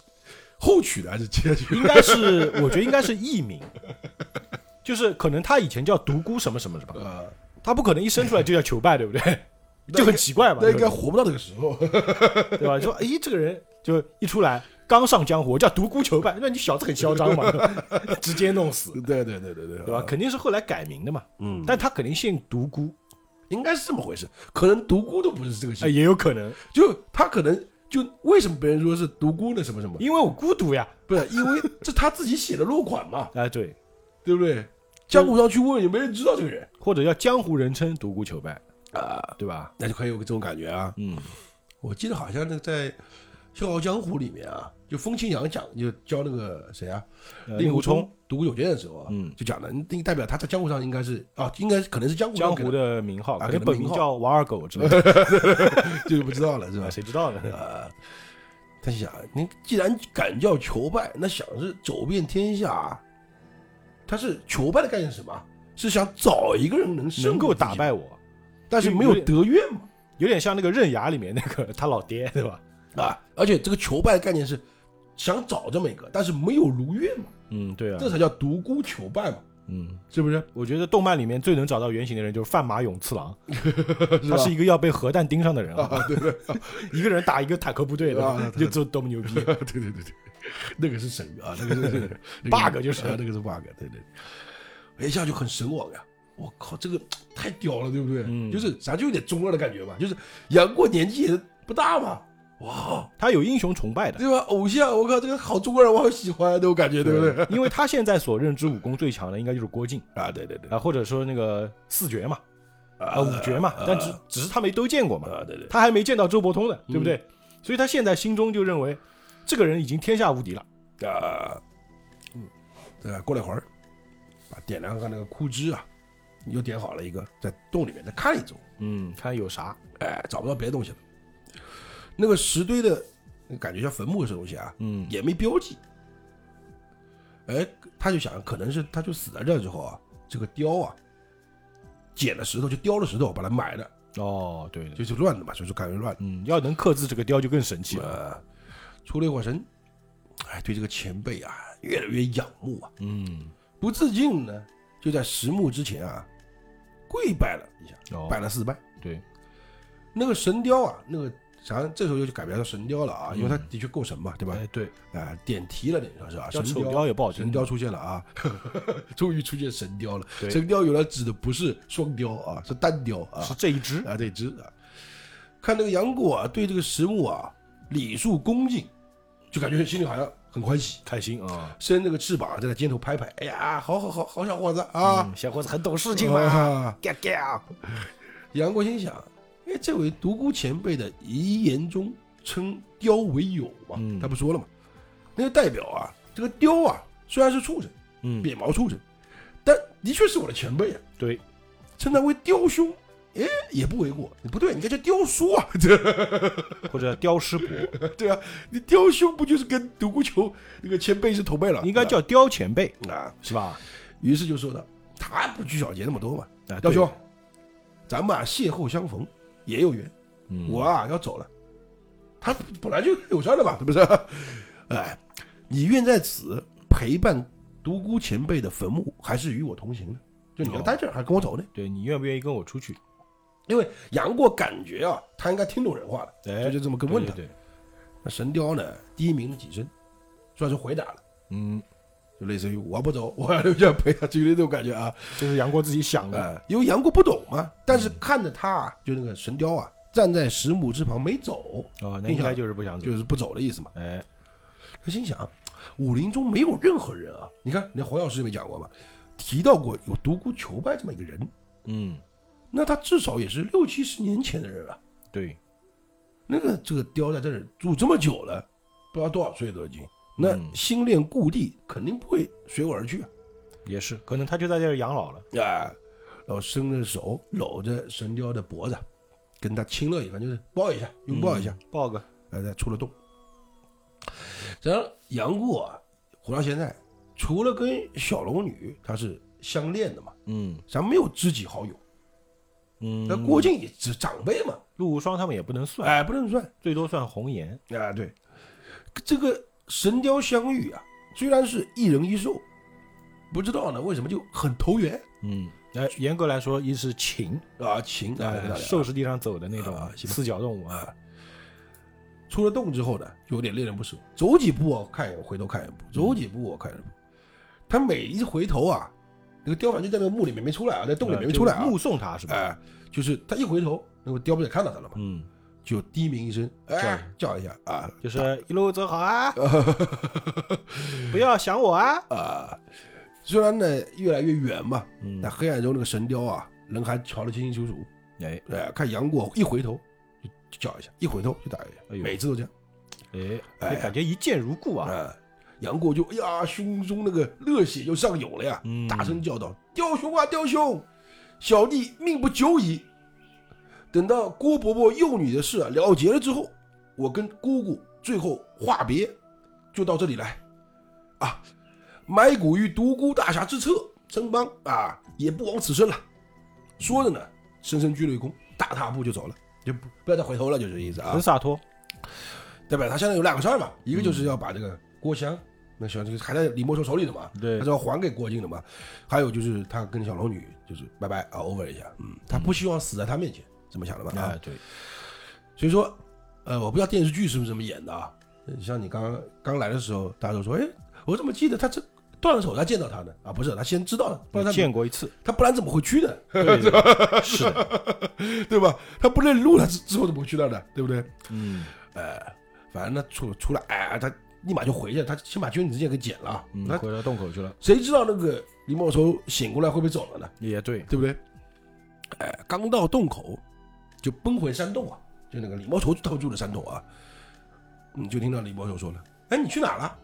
S2: 后取的还是前取
S1: 应
S2: 的？
S1: 该是，我觉得应该是艺名，就是可能他以前叫独孤什么什么什么， [LAUGHS]
S2: 啊，
S1: 他不可能一生出来就叫求败，对不对？就很奇怪嘛，
S2: 那应
S1: 对
S2: 该
S1: 吧
S2: 活不到那个时
S1: [LAUGHS]
S2: 候。
S1: 对吧？说，哎，这个人就一出来刚上江湖叫独孤求败，那你小子很嚣张嘛， [LAUGHS] 直接弄死，
S2: 对对对
S1: [LAUGHS]
S2: 对对，
S1: 对吧？？肯定是后来改名的嘛，
S2: 嗯，
S1: 但他肯定姓独孤，
S2: 应该是这么回事。可能独孤都不是这个
S1: 哎，
S2: 姓，
S1: 也有可能，
S2: 就他可能就为什么别人说是独孤呢？什么什么？
S1: 因为我孤独呀，
S2: 不是因为这他自己写的落款 [LAUGHS] 嘛，
S1: 哎，对，
S2: 对不对？江湖上去问也没人知道这个人
S1: 或者叫江湖人称独孤求败，
S2: 啊，
S1: 对吧？
S2: 那就很有这种感觉啊。
S1: 嗯，
S2: 我记得好像那个在《笑傲江湖》里面啊，就风清扬讲就教那个谁啊，
S1: 呃
S2: 令
S1: 令狐
S2: 狐
S1: 冲
S2: 冲。独孤九剑的时候啊，
S1: 嗯
S2: 就讲的，那代表他在江湖上应该是啊，应该可能是江湖上
S1: 江
S2: 可
S1: 湖
S2: 能
S1: 的名号，
S2: 啊
S1: 可能
S2: 可能
S1: 本
S2: 名
S1: 名
S2: 号
S1: 叫王二狗之类
S2: [LAUGHS]
S1: 的，
S2: 就是不知道了，是吧
S1: 啊？谁知道呢？
S2: 啊，他想，你既然敢叫求败，那想是走遍天下，啊他是求败的概念是什么？啊是想找一个人能胜
S1: 能够
S2: 过自己
S1: 打，败我，
S2: 但是没有得愿嘛
S1: 有点像那个《刃牙》里面那个他老爹，对吧？
S2: 啊！而且这个求败的概念是想找这么一个，但是没有如愿嘛，
S1: 嗯，对啊
S2: 这才叫独孤求败嘛。
S1: 嗯，
S2: 是不是？
S1: 我觉得动漫里面最能找到原型的人就是范马勇次郎，
S2: [LAUGHS] 是
S1: 他
S2: 吧？
S1: 是一个要被核弹盯上的人啊，
S2: [LAUGHS] 啊，对对对
S1: [LAUGHS] 一个人打一个坦克部队
S2: 啊
S1: 的，就这多么牛逼！
S2: [LAUGHS] 对对对对，那个是神啊，那个是那个
S1: bug 就是
S2: 啊那个是 bug，对对对，我一下就很神往呀。我靠，这个太屌了，对不对？
S1: 嗯
S2: 就是咱就有点中二的感觉嘛，就是杨过年纪也不大嘛，哇，
S1: 他有英雄崇拜的，
S2: 对吧？偶像，我靠，这个好中国人，我好喜欢那种感觉，对不对？
S1: 因为他现在所认知武功最强的应该就是郭靖
S2: 啊，对对对，
S1: 啊，或者说那个四绝嘛，啊
S2: 啊
S1: 五绝嘛，但只只是他没都见过嘛，
S2: 啊，对对，
S1: 他还没见到周伯通呢，
S2: 嗯
S1: 对不对？所以他现在心中就认为这个人已经天下无敌了。
S2: 啊，嗯，呃，过了一会儿，把点亮个那个枯枝啊，又点好了一个，在洞里面再看一周，
S1: 嗯，看有啥？
S2: 哎，找不到别的东西了。那个石堆的感觉像坟墓似的东西啊，
S1: 嗯
S2: 也没标记。哎，他就想，可能是他就死在这儿之后啊，这个雕啊，捡了石头就雕了石头，把它埋了，
S1: 哦，对的，
S2: 就是乱的嘛，就是感觉乱的。
S1: 嗯，要能克制这个雕就更神奇了。
S2: 呃，出了一会儿神，哎，对这个前辈啊，越来越仰慕啊，
S1: 嗯，
S2: 不自禁呢，就在石墓之前啊，跪拜了一下，
S1: 哦
S2: 拜了哎四拜。
S1: 对，
S2: 那个神雕啊，那个啥，这时候就改名叫神雕了啊，因为他的确够神嘛，对吧？
S1: 嗯哎对，
S2: 啊，点题了，等于说是吧？
S1: 叫
S2: 神
S1: 丑啊雕也不好听
S2: 神雕出现了啊， [LAUGHS] 终于出现神雕了。
S1: 对
S2: 神雕原来指的不是双雕啊，是单雕啊，
S1: 是这一只。
S2: 啊，这只啊。看那个杨过啊，对这个石木啊礼数恭敬，就感觉心里好像很欢喜，
S1: 开心啊！
S2: 伸那个翅膀在他肩头拍拍，哎呀，好好好好小伙子啊，
S1: 嗯，啊小伙子很懂事
S2: 事
S1: 情嘛。
S2: 嘎嘎。杨过心想，哎，这位独孤前辈的遗言中称雕为友嘛，
S1: 嗯
S2: 他不说了嘛，那就代表啊，这个雕啊虽然是畜生，
S1: 嗯，
S2: 扁毛畜生，但的确是我的前辈啊，
S1: 对，
S2: 称他为雕兄。哎，也不为过，不对，你应该叫雕叔啊， [LAUGHS] 对
S1: 或者雕师伯，
S2: [LAUGHS] 对啊，你雕兄不就是跟独孤求那个前辈是同辈了？
S1: 应该叫雕前辈
S2: 啊。
S1: 是吧？
S2: 于是就说道：“他不拘小节那么多嘛，
S1: 啊，
S2: 雕
S1: 雕
S2: 兄，，咱们啊邂逅相逢也有缘，
S1: 嗯
S2: 我啊要走了。他本来就有事儿了嘛，是不是？ [LAUGHS] 哎，你愿在此陪伴独孤前辈的坟墓，还是与我同行呢？就你要
S1: 哦
S2: 待这儿，还跟我走呢？
S1: 对你愿不愿意跟我出去？
S2: 因为杨过感觉啊，他应该听懂人话了，
S1: 哎
S2: 他就这么跟问他。
S1: 对，对对
S2: 那神雕呢，低鸣了几声，算是回答了，
S1: 嗯，
S2: 就类似于我不走，我要留下陪他去的那种感觉啊。
S1: 这是杨过自己想的。
S2: 呃，因为杨过不懂嘛，但是看着他啊，就那个神雕啊，站在石母之旁没走，
S1: 哦，那
S2: 并
S1: 应
S2: 且
S1: 该就是不想走
S2: 就。是不走的意思嘛。
S1: 哎，
S2: 他心想，武林中没有任何人啊，你看连黄药师没讲过吧，提到过有独孤求败这么一个人，
S1: 嗯，
S2: 那他至少也是六七十年前的人了、
S1: 对，
S2: 那个这个雕在这儿住这么久了，不知道多少岁都已经，那
S1: 嗯
S2: 心恋故地肯定不会随我而去啊。
S1: 也是，可能他就在这儿养老了。
S2: 啊，然后伸着手搂着神雕的脖子，跟他亲了一番，就是抱一下，拥抱一下，
S1: 嗯，抱个，
S2: 然后再出了洞。然后杨过啊，活到现在，除了跟小龙女他是相恋的嘛，
S1: 嗯
S2: 咱没有知己好友。
S1: 嗯，
S2: 那郭靖也是长辈嘛，
S1: 陆无双他们也不能算，
S2: 哎，不能算
S1: 最多算红颜。
S2: 啊。对，这个神雕相遇啊，虽然是一人一兽，不知道呢为什么就很投缘
S1: 嗯，哎，严格来说，一是禽，
S2: 啊，情啊，
S1: 哎，
S2: 对
S1: 兽是地上走的那种
S2: 啊行吧
S1: 四脚动物啊。
S2: 啊。出了洞之后呢，有点恋恋不舍，走几步我看一眼，回头看一步，
S1: 嗯
S2: 走几步我看一步。他每一回头啊，那个雕反正在那个墓里面没出来啊，在洞里面没出来啊
S1: 就，目送他是
S2: 哎、
S1: 吧？
S2: 就是他一回头，那个雕不也看到他了吗？
S1: 嗯，
S2: 就低鸣一声，哎，叫一下啊
S1: 就是一路走好
S2: [LAUGHS]
S1: 啊，不要想我啊。
S2: 啊。虽然呢越来越远嘛，
S1: 嗯
S2: 但，黑暗中那个神雕啊，人还瞧得清清楚楚。
S1: 哎
S2: 哎、看杨过一回头就叫一下，一回头就打一下，
S1: 哎呦
S2: 每次都这样。
S1: 哎，
S2: 哎
S1: 哎感觉一见如故啊。
S2: 啊，杨过就哎呀，胸中那个热血又上涌了呀，
S1: 嗯
S2: 大声叫道：“雕兄啊，雕兄，小弟命不久矣。”等到郭伯伯幼女的事啊了结了之后，我跟姑姑最后话别，就到这里来，啊，埋骨于独孤大侠之侧，称邦啊，也不枉此生了。说着呢，深深鞠了一躬，大踏步就走了，就不不要再回头了，就这意思啊
S1: 很。洒脱，嗯
S2: 对吧？他现在有两个事儿嘛，一个就是要把这个郭襄那小这个还在李莫愁手里的嘛，
S1: 对
S2: 他是要还给郭靖的嘛。还有就是他跟小龙女就是拜拜啊 over 一下，嗯，他不希望死在他面前，这么想的吧？啊
S1: 哎，，对，
S2: 所以说，呃，我不知道电视剧是不是这么演的啊。像你刚刚刚来的时候，大家都说，哎，我怎么记得他这断了手才见到他呢？啊，不是，他先知道的，不然他怎么
S1: 见过一
S2: [LAUGHS]
S1: 次，
S2: 他不然怎么
S1: [LAUGHS]
S2: 会去呢？
S1: 对对对是的，
S2: 对吧？他不认路，他之之后怎么会去那儿呢？对不对？
S1: 嗯，
S2: 反正他出出来，哎，他立马就回去，他先把军礼之剑给剪了。啊
S1: 嗯
S2: 那
S1: 回到洞口去了，
S2: 谁知道那个李莫愁醒过来会不会走了呢？
S1: 也对，
S2: 对不对？哎，刚到洞口就奔回山洞啊，就那个李莫愁他们住的山洞啊，你就听到李莫愁说了：“哎，你去哪儿了？”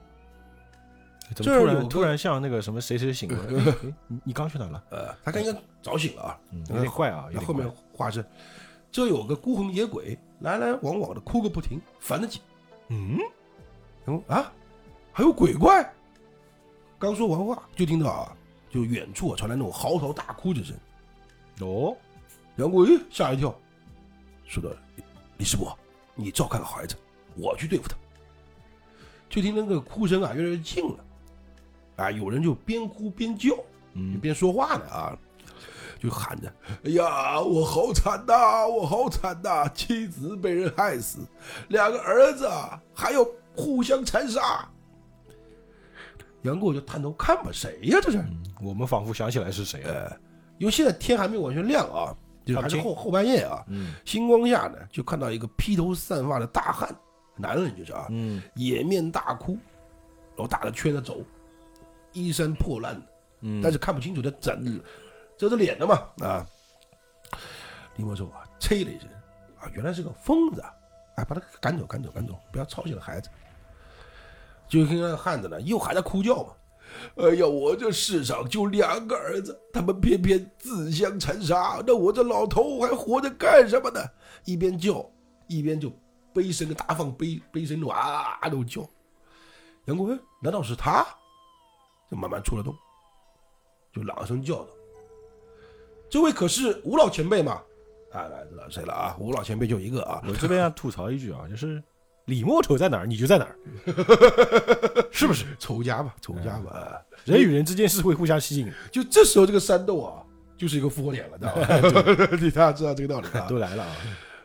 S1: 怎
S2: 这
S1: 么
S2: 儿
S1: 突
S2: 有
S1: 然
S2: 个
S1: 突然像那个什么谁谁
S2: [LAUGHS]
S1: 醒过来？哎哎你你刚去哪了？
S2: 呃，他刚应该早醒了啊，
S1: 嗯，
S2: 嗯
S1: 有点怪啊，有
S2: 那
S1: 点
S2: 后面
S1: 怪
S2: 话是：“这有个孤魂野鬼，来来往往的哭个不停，烦得紧。”
S1: 嗯，
S2: 然后啊，还有鬼怪！刚说完话，就听到啊，就远处啊传来那种嚎啕大哭之声。
S1: 哦，
S2: 杨过哎吓一跳，说道：“李师伯，你照看好孩子，我去对付他。”就听那个哭声啊越来越近了，啊，有人就边哭边叫，
S1: 嗯，
S2: 边说话呢啊，就喊着：“哎呀，我好惨呐、我好惨呐、妻子被人害死，两个儿子啊还要互相残杀。”杨过就探头看吧，谁呀、这是？
S1: 我们仿佛想起来是谁了，
S2: 因为现在天还没有完全亮啊，就是还是
S1: 看不
S2: 后后半夜啊。
S1: 嗯
S2: 星光下呢，就看到一个披头散发的大汉，男人就是啊，
S1: 嗯
S2: 掩面大哭，然后打着圈着走，衣衫破烂的，
S1: 嗯，
S2: 但是看不清楚他整遮着脸的嘛啊。李莫愁啊，啐了一声啊，原来是个疯子啊！哎，把他赶走，赶走，赶走，不要吵醒了孩子。就听那个汉子呢，又还在哭叫嘛。哎呀，我这世上就两个儿子，他们偏偏自相残杀，那我这老头还活着干什么呢？一边叫，一边就悲声大放，悲悲声哇啊啊都叫。杨过，哎难道是他？就慢慢出了洞。就朗声叫道：“这位可是吴老前辈嘛？”啊，来知道谁了啊？吴老前辈就一个啊，
S1: 我这边要吐槽一句啊，就是李莫愁在哪儿，你就在哪儿，是不是？
S2: 仇家吧，仇家吧。啊
S1: 人与人之间是会互相吸引的，
S2: 就这时候这个山洞啊，就是一个复活点了，知道
S1: [LAUGHS]
S2: 吧？ [LAUGHS] 你大家知道这个道理啊。
S1: 都来了啊，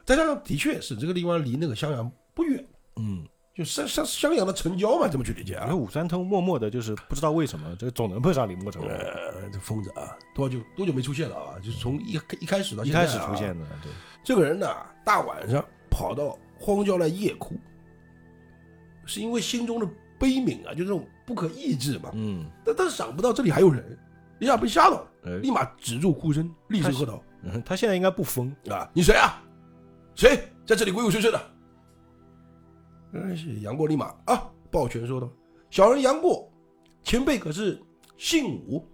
S2: 再加上的确是这个地方离那个襄阳不远，
S1: 嗯，
S2: 就襄襄襄阳的城郊嘛，这么去理解
S1: 然
S2: 啊
S1: 后。武三通默默的，就是不知道为什么，这个总能碰上李莫愁，
S2: 呃，这疯子啊，多久多久没出现了啊？就是从一一开始到
S1: 一
S2: 现在
S1: 开
S2: 啊
S1: 始出现的，对，
S2: 这个人呢，大晚上跑到荒郊来夜哭，是因为心中的悲悯啊，就这种不可抑制嘛。
S1: 嗯，
S2: 但但是想不到这里还有人，一下被吓到了，
S1: 哎
S2: 立马止住哭声，厉声喝道
S1: 嗯他现在应该不疯，：“
S2: 啊，你谁啊？谁在这里鬼鬼祟祟的？”哎，是杨过立马啊抱拳说道：“小人杨过，前辈可是姓武，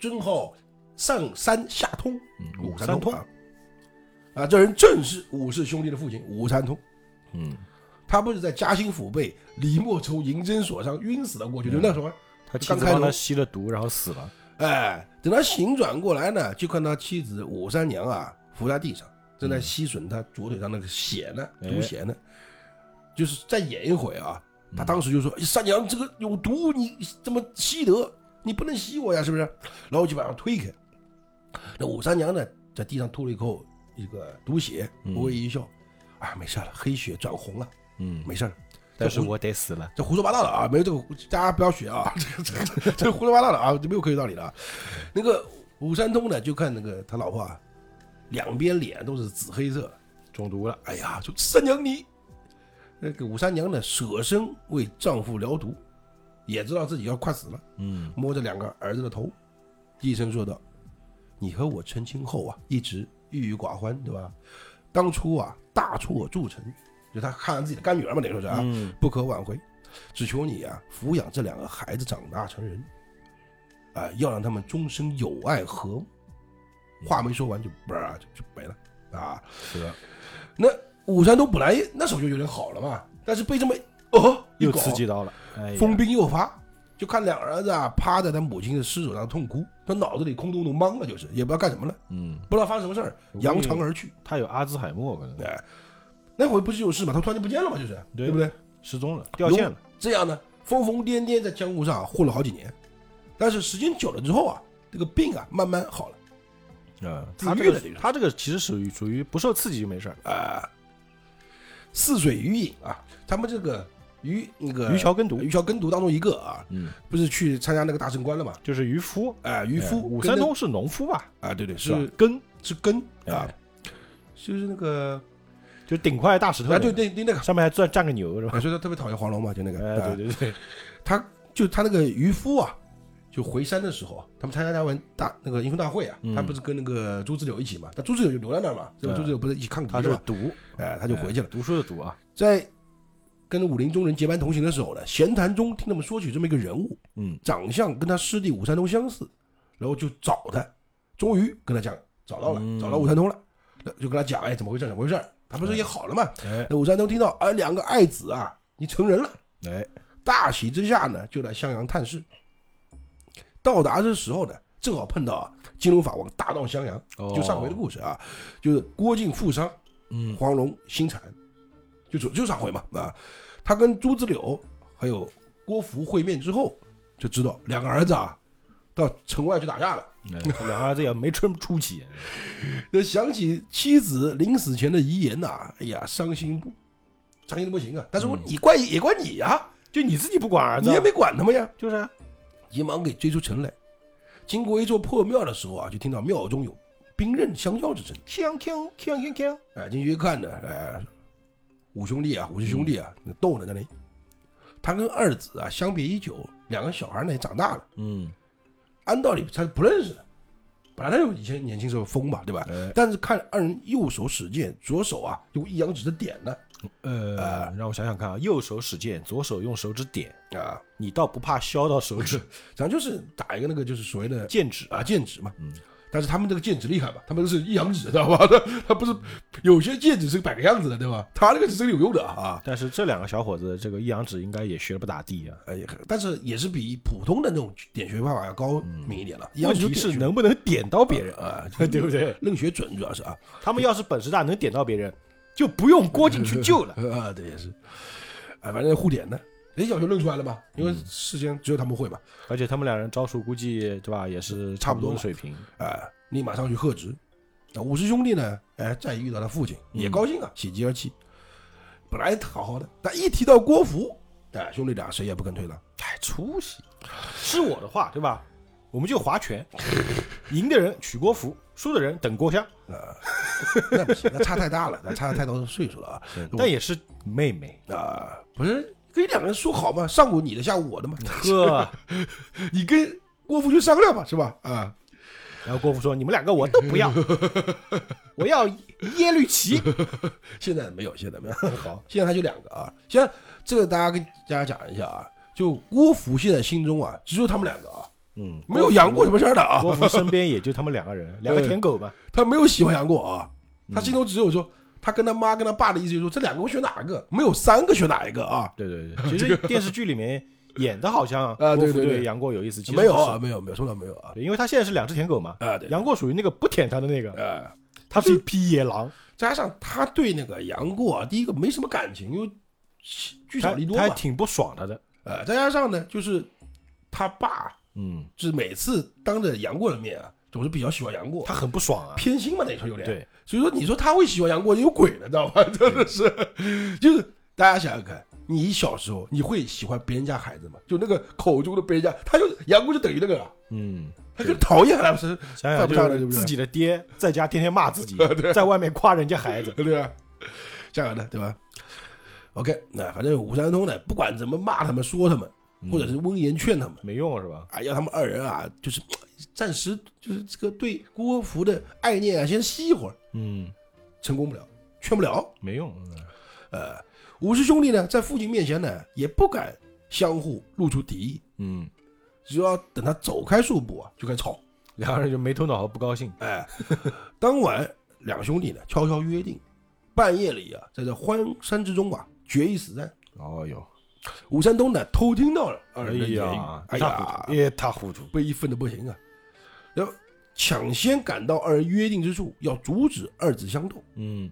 S2: 尊号上山下通。”
S1: 嗯
S2: 武
S1: 武
S2: 三
S1: 三通，
S2: 通啊，啊，这人正是武氏兄弟的父亲武三通。
S1: 嗯，
S2: 他不是在嘉兴府被李莫愁银针锁上晕死了过去，就那时候，啊
S1: 他妻
S2: 刚
S1: 子
S2: 开
S1: 帮
S2: 头
S1: 他吸了毒，然后死了，
S2: 哎，等他醒转过来呢，就看他妻子武三娘啊伏在地上，正在吸吮他左腿上那个血呢，
S1: 哎
S2: 毒血呢，就是再演一回啊。
S1: 嗯
S2: 他当时就说：“哎三娘，这个有毒，你怎么吸得？你不能吸我呀，是不是？”然后就把他推开。那武三娘呢，在地上吐了一口一个毒血，微微一笑：“啊，没事了，黑血转红了，
S1: 嗯，
S2: 没事了。”
S1: 但是我得死了，
S2: 这胡说八道的啊，没有这个，大家不要学啊，这个这个这个胡说八道的啊，这没有科学道理的啊。那个武三通呢，就看那个他老婆啊，两边脸都是紫黑色，
S1: 中毒了，
S2: 哎呀，就三娘你，那个武三娘呢，舍身为丈夫疗毒，也知道自己要快死了，
S1: 嗯，
S2: 摸着两个儿子的头，低声说道：“你和我成亲后啊，一直郁郁寡欢，对吧？当初啊，大错铸成，就他看上自己的干女儿嘛，等于说是啊，
S1: 嗯
S2: 不可挽回，只求你啊抚养这两个孩子长大成人，啊、要让他们终生友爱和睦。”话没说完就叭就就没了啊！
S1: 死了，
S2: 那武山东本来那时候就有点好了嘛，但是被这么哦一
S1: 又
S2: 搞
S1: 刺激到了，哎呀，
S2: 疯兵又发，就看两儿子啊趴在他母亲的尸首上痛哭，他脑子里空洞洞懵了，就是也不知道干什么了，
S1: 嗯，
S2: 不知道发生什么事儿，
S1: 我
S2: 扬
S1: 也
S2: 长而去。
S1: 他有阿兹海默可能
S2: 哎，那回不是有事嘛，他突然就不见了嘛，就是
S1: 对
S2: 不对？
S1: 失踪了，掉线了，
S2: 这样呢，疯疯癫癫在江湖上混了好几年，但是时间久了之后啊，这个病啊慢慢好了
S1: 嗯，他
S2: 自
S1: 这
S2: 愈了
S1: 个
S2: 这个
S1: 他这个其实属于属于不受刺激就没事儿，
S2: 啊、似水鱼影啊，他们这个鱼那个
S1: 渔樵耕读
S2: 渔樵耕读当中一个啊，
S1: 嗯，
S2: 不是去参加那个大圣关了嘛？
S1: 就是渔夫。
S2: 啊、渔夫
S1: 哎武
S2: 跟
S1: 三
S2: 那
S1: 通是农夫吧？
S2: 啊，对对
S1: 是吧
S2: 是
S1: 耕，
S2: 是根啊
S1: 哎，
S2: 就是那个
S1: 就顶块大石头
S2: 啊，
S1: 的，
S2: 对对对那个，
S1: 上面还站站个牛是吧？
S2: 啊，所以他特别讨厌黄龙嘛，就那个，
S1: 哎，
S2: 啊
S1: 对对对，
S2: 他就他那个渔夫啊，就回山的时候，他们参加那完大那个英雄大会啊，
S1: 嗯
S2: 他不是跟那个朱自柳一起嘛？他朱自柳就留在那儿嘛，这个
S1: 嗯
S2: 朱自柳不是一起
S1: [LAUGHS]
S2: 抗
S1: 他
S2: 敌
S1: 是
S2: 嘛？
S1: 读，
S2: 哎，他就回去了
S1: 哎。读书的读啊，
S2: 在跟武林中人结伴同行的时候呢，闲谈中听他们说起这么一个人物，
S1: 嗯，
S2: 长相跟他师弟武三通相似，然后就找他，终于跟他讲找到了，
S1: 嗯
S2: 找到武三通了，就跟他讲，哎，怎么回事？怎么回事？他不是也好了嘛？
S1: 哎
S2: 那武三通听到，哎，两个爱子啊，你成人了。
S1: 哎，
S2: 大喜之下呢，就来襄阳探视。到达的时候呢，正好碰到啊，金龙法王大闹襄阳，
S1: 哦
S2: 就上回的故事啊，就是郭靖负伤，
S1: 嗯
S2: 黄蓉心残，就就就上回嘛啊，他跟朱子柳还有郭芙会面之后，就知道两个儿子啊，到城外去打架了。
S1: 哎两个儿子也没出出息，
S2: 那想起妻子临死前的遗言呐、哎呀，伤心不，伤心的不行啊！但是我、你怪也怪你呀、
S1: 就你自己不管儿子
S2: 你，也没管他们呀。
S1: 就是啊
S2: 急忙给追出城来。经过一座破庙的时候啊，就听到庙中有兵刃相交之声。
S1: 锵锵锵锵锵，
S2: 哎，进去一看呢，哎，五兄弟啊，五十兄弟啊，那斗呢在那里。他跟二子啊相别已久，两个小孩呢也长大了，
S1: 嗯，
S2: 按道理他是不认识的。本来他就以前年轻时候疯嘛，对吧？
S1: 哎
S2: 但是看二人右手使剑，左手啊用一阳指的点呢，
S1: 呃，让我想想看啊，右手使剑，左手用手指点，
S2: 啊，
S1: 你倒不怕削到手指，
S2: 咱就是打一个那个就是所谓的
S1: 剑指啊，
S2: 啊剑指嘛。但是他们这个剑指厉害吧？他们都是一阳指，知道吧？他他不是有些剑指是摆个样子的，对吧？他那个是真有用的啊！
S1: [LAUGHS] 但是这两个小伙子这个一阳指应该也学得不咋地啊。
S2: 哎，但是也是比普通的那种点穴方法要高明一点了。一阳
S1: 问
S2: 指就
S1: 题
S2: 点
S1: 是
S2: 穴
S1: 能不能点到别人啊？
S2: 啊，
S1: 对不对？
S2: 愣学准主要是啊
S1: 他们要是本事大，能点到别人，就不 [LAUGHS] 用郭靖去救了。
S2: 啊，对也是，啊，反正互点呢，人小就愣出来了嘛，因为事先只有他们会嘛，
S1: 而且他们两人招数估计对吧，也是
S2: 差不多
S1: 的水平。
S2: 啊，立马上去喝止。啊，五师兄弟呢，哎，再遇到他父亲
S1: 嗯
S2: 也高兴啊，喜极而泣。本来好好的，但一提到郭芙，哎，兄弟俩谁也不肯退让。
S1: 太出息！是我的话对吧？我们就划
S2: [LAUGHS]
S1: 拳，赢的人娶郭芙，输的人等郭襄，
S2: 哦那不行，那差太大了，那差太多岁数了啊！
S1: 但也是妹
S2: [LAUGHS]
S1: 妹。
S2: 啊，不是跟两个人说好嘛，上午你的，下午我的嘛，
S1: 嗯
S2: 啊
S1: 呵，
S2: 你跟郭芙去商量吧，是吧？啊，
S1: 然后郭芙说：“你们两个我都
S2: [LAUGHS]
S1: 不要，我要耶律齐。
S2: 现在没有，现在没有。 [LAUGHS] 好，现在他就两个啊。现在这个大家跟大家讲一下啊，就郭芙现在心中啊，只有他们两个啊，”
S1: 嗯，
S2: 没有杨过什么事儿的啊，
S1: 郭芙身边也就他们两个人，两个舔狗嘛。
S2: 他没有喜欢杨过啊，
S1: 嗯
S2: 他心中只有说，他跟他妈跟他爸的意思就是说，这两个我选哪个？没有三个选哪一个啊？
S1: 对对对，其实 [LAUGHS] 电视剧里面演的好像
S2: 啊
S1: 郭
S2: 对
S1: 芙
S2: 对对
S1: 对杨过有意思，其实
S2: 没有
S1: 不是
S2: 啊，没有没有，说到没有啊，
S1: 对，因为他现在是两只舔狗嘛。
S2: 啊对，
S1: 杨过属于那个不舔他的那个，
S2: 呃。
S1: 他是一匹野狼，
S2: 加上他对那个杨过啊，第一个没什么感情，因为聚
S1: 他
S2: 少离多
S1: 他
S2: 嘛
S1: 还。挺不爽他的。
S2: 呃，再加上呢，就是他爸，
S1: 嗯，
S2: 就是每次当着杨过的面啊，总是比较喜欢杨过
S1: 他，很不爽啊。
S2: 偏心嘛，那时候有点。
S1: 对，
S2: 所以说你说他会喜欢杨过，有鬼了，知道吧？ [LAUGHS] 真的是，就是大家想想看，你小时候你会喜欢别人家孩子吗？就那个口中的别人家，他就杨过就等于那个啊，
S1: 嗯，
S2: 他就讨厌他，是
S1: 想
S2: 犯
S1: 想
S2: 不
S1: 就
S2: 上了，
S1: 是
S2: 对不对，
S1: 自？己的爹在家天天骂自 [LAUGHS] 己
S2: 对
S1: 在外面夸人家孩子。
S2: [LAUGHS] 对吧？这样的对吧？OK，那反正武三通呢，不管怎么骂他们、说他们，
S1: 嗯
S2: 或者是温言劝他们，
S1: 没用是吧？
S2: 啊，要他们二人啊，就是暂时就是这个对郭芙的爱念啊，先吸一会儿，
S1: 嗯，
S2: 成功不了，劝不了。
S1: 没用。
S2: 呃，武氏兄弟呢，在父亲面前呢，也不敢相互露出敌意，
S1: 嗯，
S2: 只要等他走开数步啊，就该吵。
S1: 两个人就没头脑和不高兴。
S2: 哎，当晚两兄弟呢，悄悄约定，半夜里啊，在这荒山之中啊，决一死战。
S1: 哦哟，
S2: 武三通呢偷听到了二
S1: 哎
S2: 人的言语
S1: 呀，，
S2: 哎
S1: 一塌糊
S2: 呀
S1: 涂，，一塌糊涂。
S2: 被一愤的不行啊，然后抢先赶到二人约定之处，要阻止二子相斗，
S1: 嗯，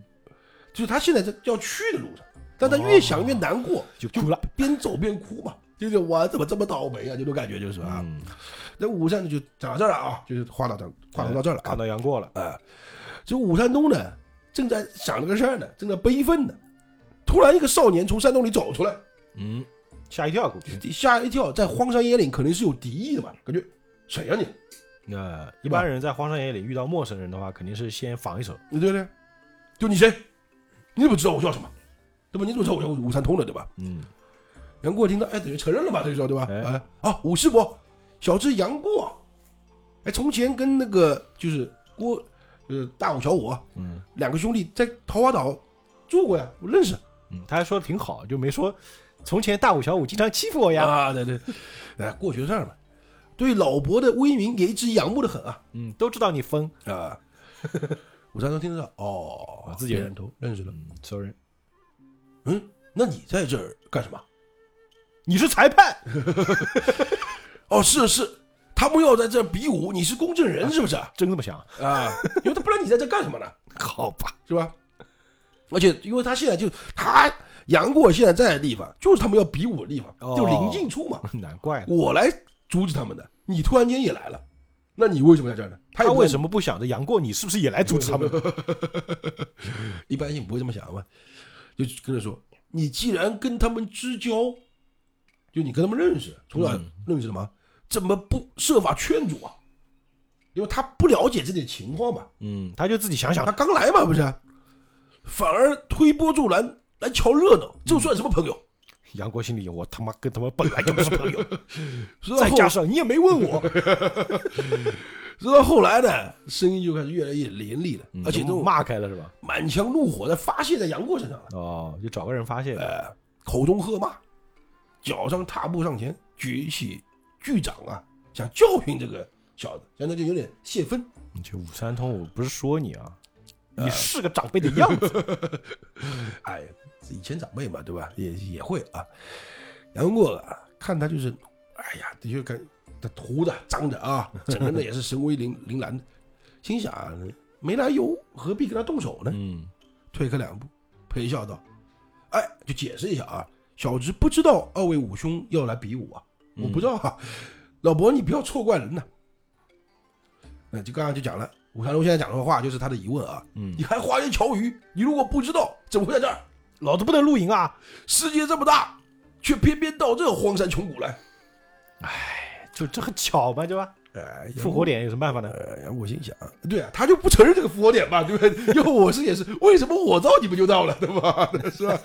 S2: 就是他现在在要去的路上，但他越想越难过，
S1: 就哭了。
S2: 边走边哭嘛，就是我怎么这么倒霉啊，这种感觉
S1: 嗯
S2: 就是啊。那武山就讲到这儿了啊，就是话到这，话头到这儿了
S1: 嗯看
S2: 啊。
S1: 到杨过了，
S2: 就武山东呢，正在想这个事儿呢，正在悲愤呢，突然一个少年从山洞里走出来，
S1: 嗯，吓一跳，估计。
S2: 吓一跳，在荒山野岭肯定是有敌意的嘛，感觉谁啊呀、
S1: 那一般人在荒山野岭遇到陌生人的话，肯定是先防一手。
S2: 你？对不对？就你谁？你怎么知道我叫什么？对吧？你怎么知道我叫武山通的？对吧？
S1: 嗯，
S2: 杨过听到，哎，等于承认了吧？等于说，对吧？
S1: 哎
S2: 哎，啊，武师伯，小侄杨过，哎，从前跟那个就是郭，呃，大武小武，
S1: 嗯，
S2: 两个兄弟在桃花岛住过呀，我认识。
S1: 嗯，他还说的挺好，就没说从前大武小武经常欺负我呀。
S2: 啊，对对，哎，过去的事儿嘛。对老伯的威名也一直仰慕的很啊
S1: 嗯，都知道你疯，
S2: 啊！ [LAUGHS] 武山通听得到，哦
S1: 啊， [LAUGHS] 自己人
S2: 点头认识了。
S1: 嗯，熟人，
S2: 嗯，那你在这儿干什么？
S1: 你是裁判，
S2: 哦，是是，他们要在这儿比武，你是公证
S1: 啊
S2: 人是不是？
S1: 真这么想？
S2: 啊，因为他不然你在这干什么呢？
S1: 好吧，
S2: 是吧？而且，因为他现在就他杨过现在在的地方，就是他们要比武的地方，
S1: 哦
S2: 就临近处嘛。
S1: 难怪呢。
S2: 我来阻止他们的，你突然间也来了，那你为什么在这儿呢？他
S1: 他为
S2: 么
S1: 什么不想着杨过，你是不是也来阻止他们？
S2: 一般性不会这么想嘛？就跟他说，你既然跟他们之交，就你跟他们认识，从小
S1: 嗯
S2: 认识的嘛，怎么不设法劝阻啊？因为他不了解自己的情况嘛，
S1: 嗯，他就自己想想
S2: 他，刚来嘛，不是？反而推波助澜来瞧热闹，这算什么朋友？
S1: 杨过心里我他妈跟他们本来就不是朋
S2: [LAUGHS]
S1: 友，
S2: 直到
S1: 再
S2: 后
S1: 加上你也没问我，
S2: 直到后来呢，声音就开始越来越凌厉了， [LAUGHS] 而且这
S1: 都
S2: 种
S1: 嗯骂开了是吧？
S2: 满腔怒火在发泄在杨过身上了，
S1: 哦，就找个人发泄呗。
S2: 呃，口中喝骂，脚上踏步上前，举起巨掌啊，想教训这个小子，现在就有点泄愤。
S1: 你这武三通，我不是说你啊，
S2: 呃
S1: 你是个长辈的样
S2: [LAUGHS]
S1: 子。
S2: 哎，以前长辈嘛，对吧？也也会啊。杨过啊，看他就是，哎呀，的确看他涂的脏的啊，整个人呢也是神威凛凛然的，心想啊没来由，何必跟他动手呢？
S1: 嗯
S2: 退开两步，陪笑道：“哎，就解释一下啊，小侄不知道二位武兄要来比武啊，
S1: 嗯
S2: 我不知道啊。老伯，你不要错怪人呐、那就刚刚就讲了，武三龙现在讲的话就是他的疑问啊。
S1: 嗯
S2: 你，还花言巧语，你如果不知道，怎么会在这儿？
S1: 老子不能露营啊！
S2: 世界这么大，却偏偏到这荒山穷谷来。
S1: 就这很巧嘛，对吧？
S2: 哎，
S1: 复活点有什么办法呢？
S2: 呃，杨过心想，对啊，他就不承认这个复活点嘛，对不对？要 [LAUGHS] 我是也是，为什么我到你们就到了，对吧？ [LAUGHS] 是吧？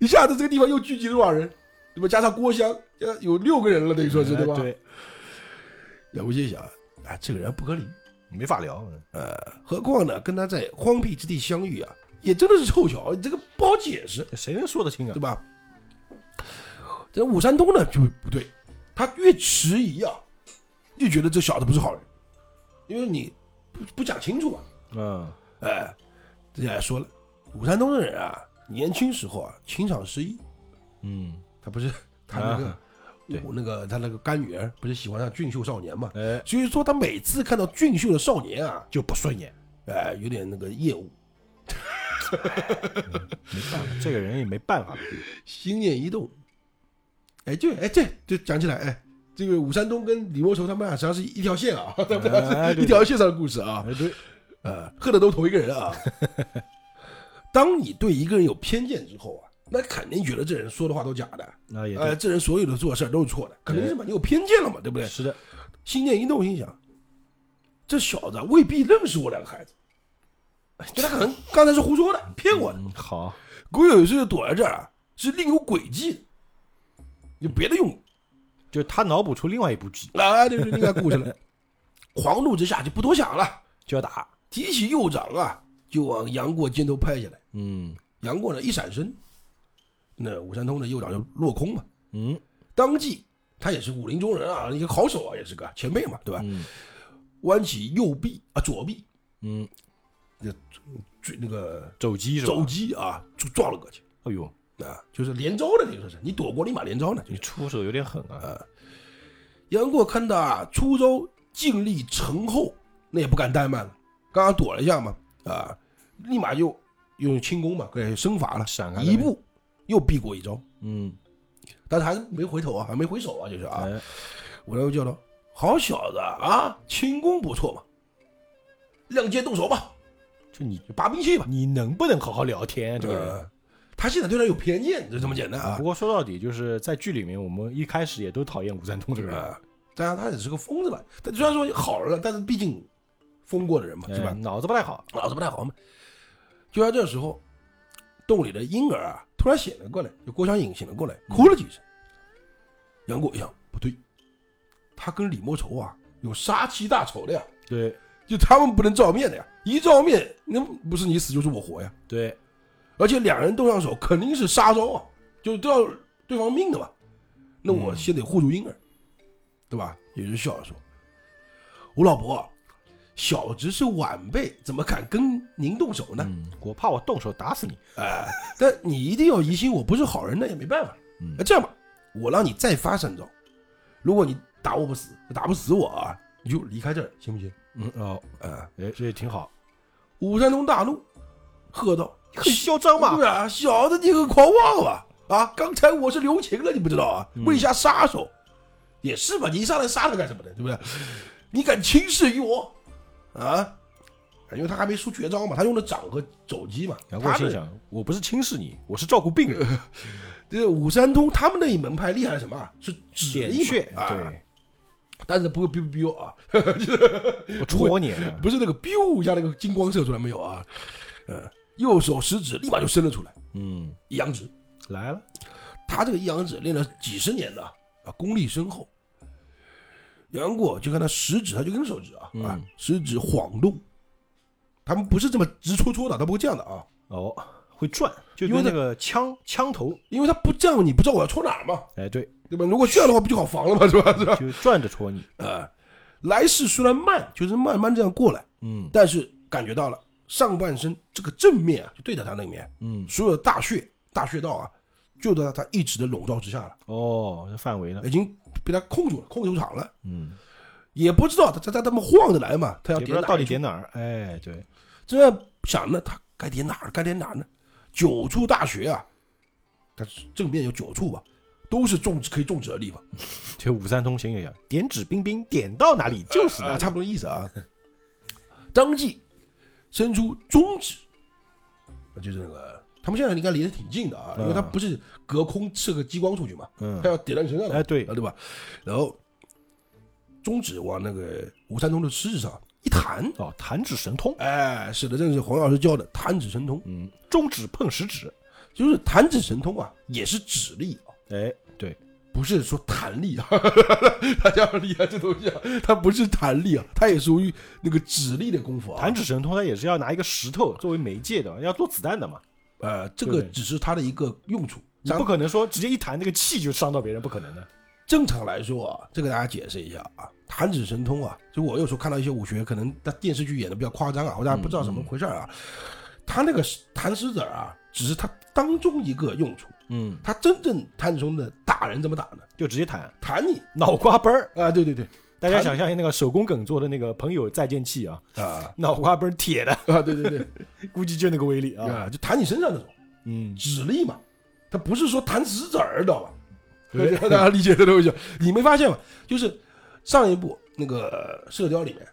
S2: 一下子这个地方又聚集了多少人，对吧？加上郭襄，呃，有六个人了，等于说是对吧
S1: 哎？对，
S2: 杨过心想，哎，这个人不可理喻，啊
S1: 没法聊。
S2: 何况呢，跟他在荒僻之地相遇啊，也真的是凑巧，这个不好解释，
S1: 谁能说得清啊
S2: 对？吧？这武山东呢就不对，他越迟疑啊，越觉得这小子不是好人，因为你不不讲清楚嘛。
S1: 嗯，
S2: 哎，这也说了，武山东的人啊，年轻时候啊，情场失意，
S1: 嗯，
S2: 他不是他那个
S1: 啊对
S2: 武、那个他那个干女儿不是喜欢上俊秀少年嘛，
S1: 哎，
S2: 所以说他每次看到俊秀的少年啊，
S1: 就不顺眼，
S2: 哎，有点那个厌恶，
S1: 没办法，这个人也没办法。
S2: 心念一动，哎，对，哎，对，就讲起来，哎，这个武山东跟李莫愁他们俩实际上是一条线啊， [LAUGHS] 他们俩
S1: 哎
S2: 是
S1: 对
S2: 一条线上的故事啊，
S1: 哎，对，
S2: 呃，恨的都同一个人啊。 [LAUGHS] 当你对一个人有偏见之后啊，那肯定觉得这人说的话都假的。
S1: 那也
S2: 呃，
S1: 对，
S2: 这人所有的做事儿都是错的，肯定是嘛，你有偏见了嘛，对不对？
S1: 是的，
S2: 心念一动，心想，这小子啊未必认识我两个孩子，就他
S1: [LAUGHS]
S2: 可能刚才是胡说的，骗我的。
S1: 嗯，好，
S2: 鬼友是躲在这儿啊，是另有诡计的，有别的用意。
S1: 就他脑补出另外一部剧，
S2: 啊，这是另外故事了。 [LAUGHS] 狂怒之下就不多想了，
S1: 就要打。
S2: 提起右掌啊，就往杨过肩头拍下来。
S1: 嗯
S2: 杨过呢一闪身，那武三通的右掌就落空嘛。
S1: 嗯
S2: 当即，他也是武林中人啊，一个好手啊，也是个前辈嘛，对吧？
S1: 嗯
S2: 弯起右臂啊，左臂
S1: 嗯，
S2: 追那个
S1: 肘击是吧？
S2: 肘击啊，就撞了过去
S1: 哎呦，
S2: 啊，就是连招的，等于说是你躲过立马连招呢。就
S1: 你
S2: 是
S1: 出手有点狠啊。
S2: 杨过看到啊，出招尽力成后，那也不敢怠慢了，刚刚躲了一下嘛，啊，立马就用轻功嘛，给身法了，
S1: 闪开了呗
S2: 一步又避过一招。
S1: 嗯
S2: 但是还是没回头啊，还没回首啊，就是啊，
S1: 哎，
S2: 我那位叫他，好小子啊，轻功不错嘛，亮剑动手吧，
S1: 就你
S2: 就拔兵器吧。
S1: 你能不能好好聊天啊？这个人。
S2: 呃，他现在对他有偏见，就这么简单啊
S1: 不。过说到底，就是在剧里面，我们一开始也都讨厌吴三通这个人，
S2: 啊，当然他也是个疯子吧，但虽然说好人了，但是毕竟疯过的人嘛，是
S1: 哎
S2: 吧？
S1: 脑子不太好，
S2: 脑子不太好嘛。就在这时候，洞里的婴儿啊，突然醒了过来，就郭襄隐醒了过来，哭了几声。杨过一想，不对，他跟李莫愁啊有杀妻大仇的呀，
S1: 对
S2: 就他们不能照面的呀，一照面那不是你死就是我活呀。
S1: 对，
S2: 而且两人动上手肯定是杀招啊，就是都要对方命的嘛。那我先得护住婴儿，对吧？也就笑着说：“我老婆，啊小侄是晚辈，怎么敢跟您动手呢？
S1: 嗯，我怕我动手打死你，
S2: 哎、但你一定要疑心我不是好人，那也没办法。
S1: 嗯
S2: 那这样吧，我让你再发三招，如果你打我不死，打不死我啊，你就离开这儿，行不行？
S1: 嗯哦，
S2: 啊、
S1: 哎，这也挺好，
S2: 武山东大怒，喝道：
S1: 很嚣张嘛，
S2: 对啊，小子你很狂妄啊！啊，刚才我是留情了，你不知道啊？
S1: 嗯
S2: 为啥杀手？也是吧，你一上来杀他干什么呢？对不对？你敢轻视于我啊？因为他还没出绝招嘛，他用的掌和肘击嘛。
S1: 杨过
S2: 他
S1: 心
S2: 们
S1: 想，我不是轻视你，我是照顾病人，
S2: 这武三通他们那一门派厉害是什么啊？是指
S1: 点
S2: 力
S1: 穴，
S2: 嘛啊，
S1: 对，
S2: 但是不会 biu biu 啊，
S1: 我戳你，
S2: 不是那个 biu 一下那个金光射出来没有啊？呃，右手食指立马就伸了出来，
S1: 嗯，
S2: 一阳指。
S1: 来了，
S2: 他这个一阳指练了几十年的啊，功力深厚。杨过就看他食指，他就跟手指啊、啊，食指晃动，他们不是这么直戳戳的，他不会这样的啊，
S1: 哦，会转，就
S2: 因为
S1: 跟那个枪枪头，
S2: 因为他不这样，你不知道我要戳哪儿嘛，
S1: 哎，对，
S2: 对吧？如果这样的话，不就好防了嘛， [LAUGHS] 是吧？是吧？
S1: 就转着戳你，
S2: 啊，来势虽然慢，就是慢慢这样过来，
S1: 嗯
S2: 但是感觉到了上半身这个正面啊，就对着他那面，
S1: 嗯，
S2: 所有的大穴大穴道啊，就在他一直的笼罩之下了，
S1: 哦，这范围呢，
S2: 已经被他控住了，控球场了。
S1: 嗯，
S2: 也不知道他他他他们晃着来嘛，他要
S1: 也不知
S2: 点
S1: 道
S2: 哪
S1: 到
S2: 儿
S1: 底
S2: 去
S1: 点哪儿，哎，对，
S2: 正在想呢，他该点哪儿该点哪儿呢？九处大穴啊，他正面有九处吧，都是种植可以种植的地方
S1: 就五三通行也一样，点指兵兵，点到哪里就是哪
S2: 啊，
S1: 里，
S2: 差不多意思啊。当即伸出中指，就是那个他们现在应该离得挺近的啊，因为他
S1: 嗯
S2: 不是隔空射个激光出去嘛，
S1: [LAUGHS] 嗯
S2: 他，要点到你身上的
S1: 哎，对
S2: 啊，，对吧？然后中指往那个吴三通的食指上一弹，
S1: 哦，弹指神通，
S2: 哎，是的，这是黄老师教的弹指神通，
S1: 嗯，中指碰食指，
S2: 就是弹指神通啊，也是指力啊，
S1: 哎，对，
S2: 不是说弹力啊， [LAUGHS] 大家要理解这东西啊，它不是弹力啊，它也属于那个指力的功夫啊。
S1: 弹指神通它也是要拿一个石头作为媒介的，要做子弹的嘛，
S2: 呃，这个
S1: 对
S2: 只是它的一个用处。
S1: 你不可能说直接一弹那个气就伤到别人，不可能的。
S2: 正常来说啊，这个大家解释一下啊，弹指神通啊，就我有时候看到一些武学，可能在电视剧演的比较夸张啊，或者大家不知道怎么回事儿啊，他那个弹石子儿啊，只是他当中一个用处，
S1: 嗯，
S2: 他真正弹中的打人怎么打呢？
S1: 就直接弹
S2: 弹你
S1: 脑瓜崩儿。
S2: 啊，对对对，
S1: 大家想象一下那个手工梗做的那个朋友再见器啊， [LAUGHS]
S2: 啊
S1: 脑瓜崩儿铁的， [LAUGHS]
S2: 啊，对对对，
S1: 估计就那个威力啊。
S2: 啊，就弹你身上那种
S1: 嗯，
S2: 指力嘛，它不是说弹石子儿，知道吧？大家理解这东西，你没发现吗？就是上一部那个《射雕》里面，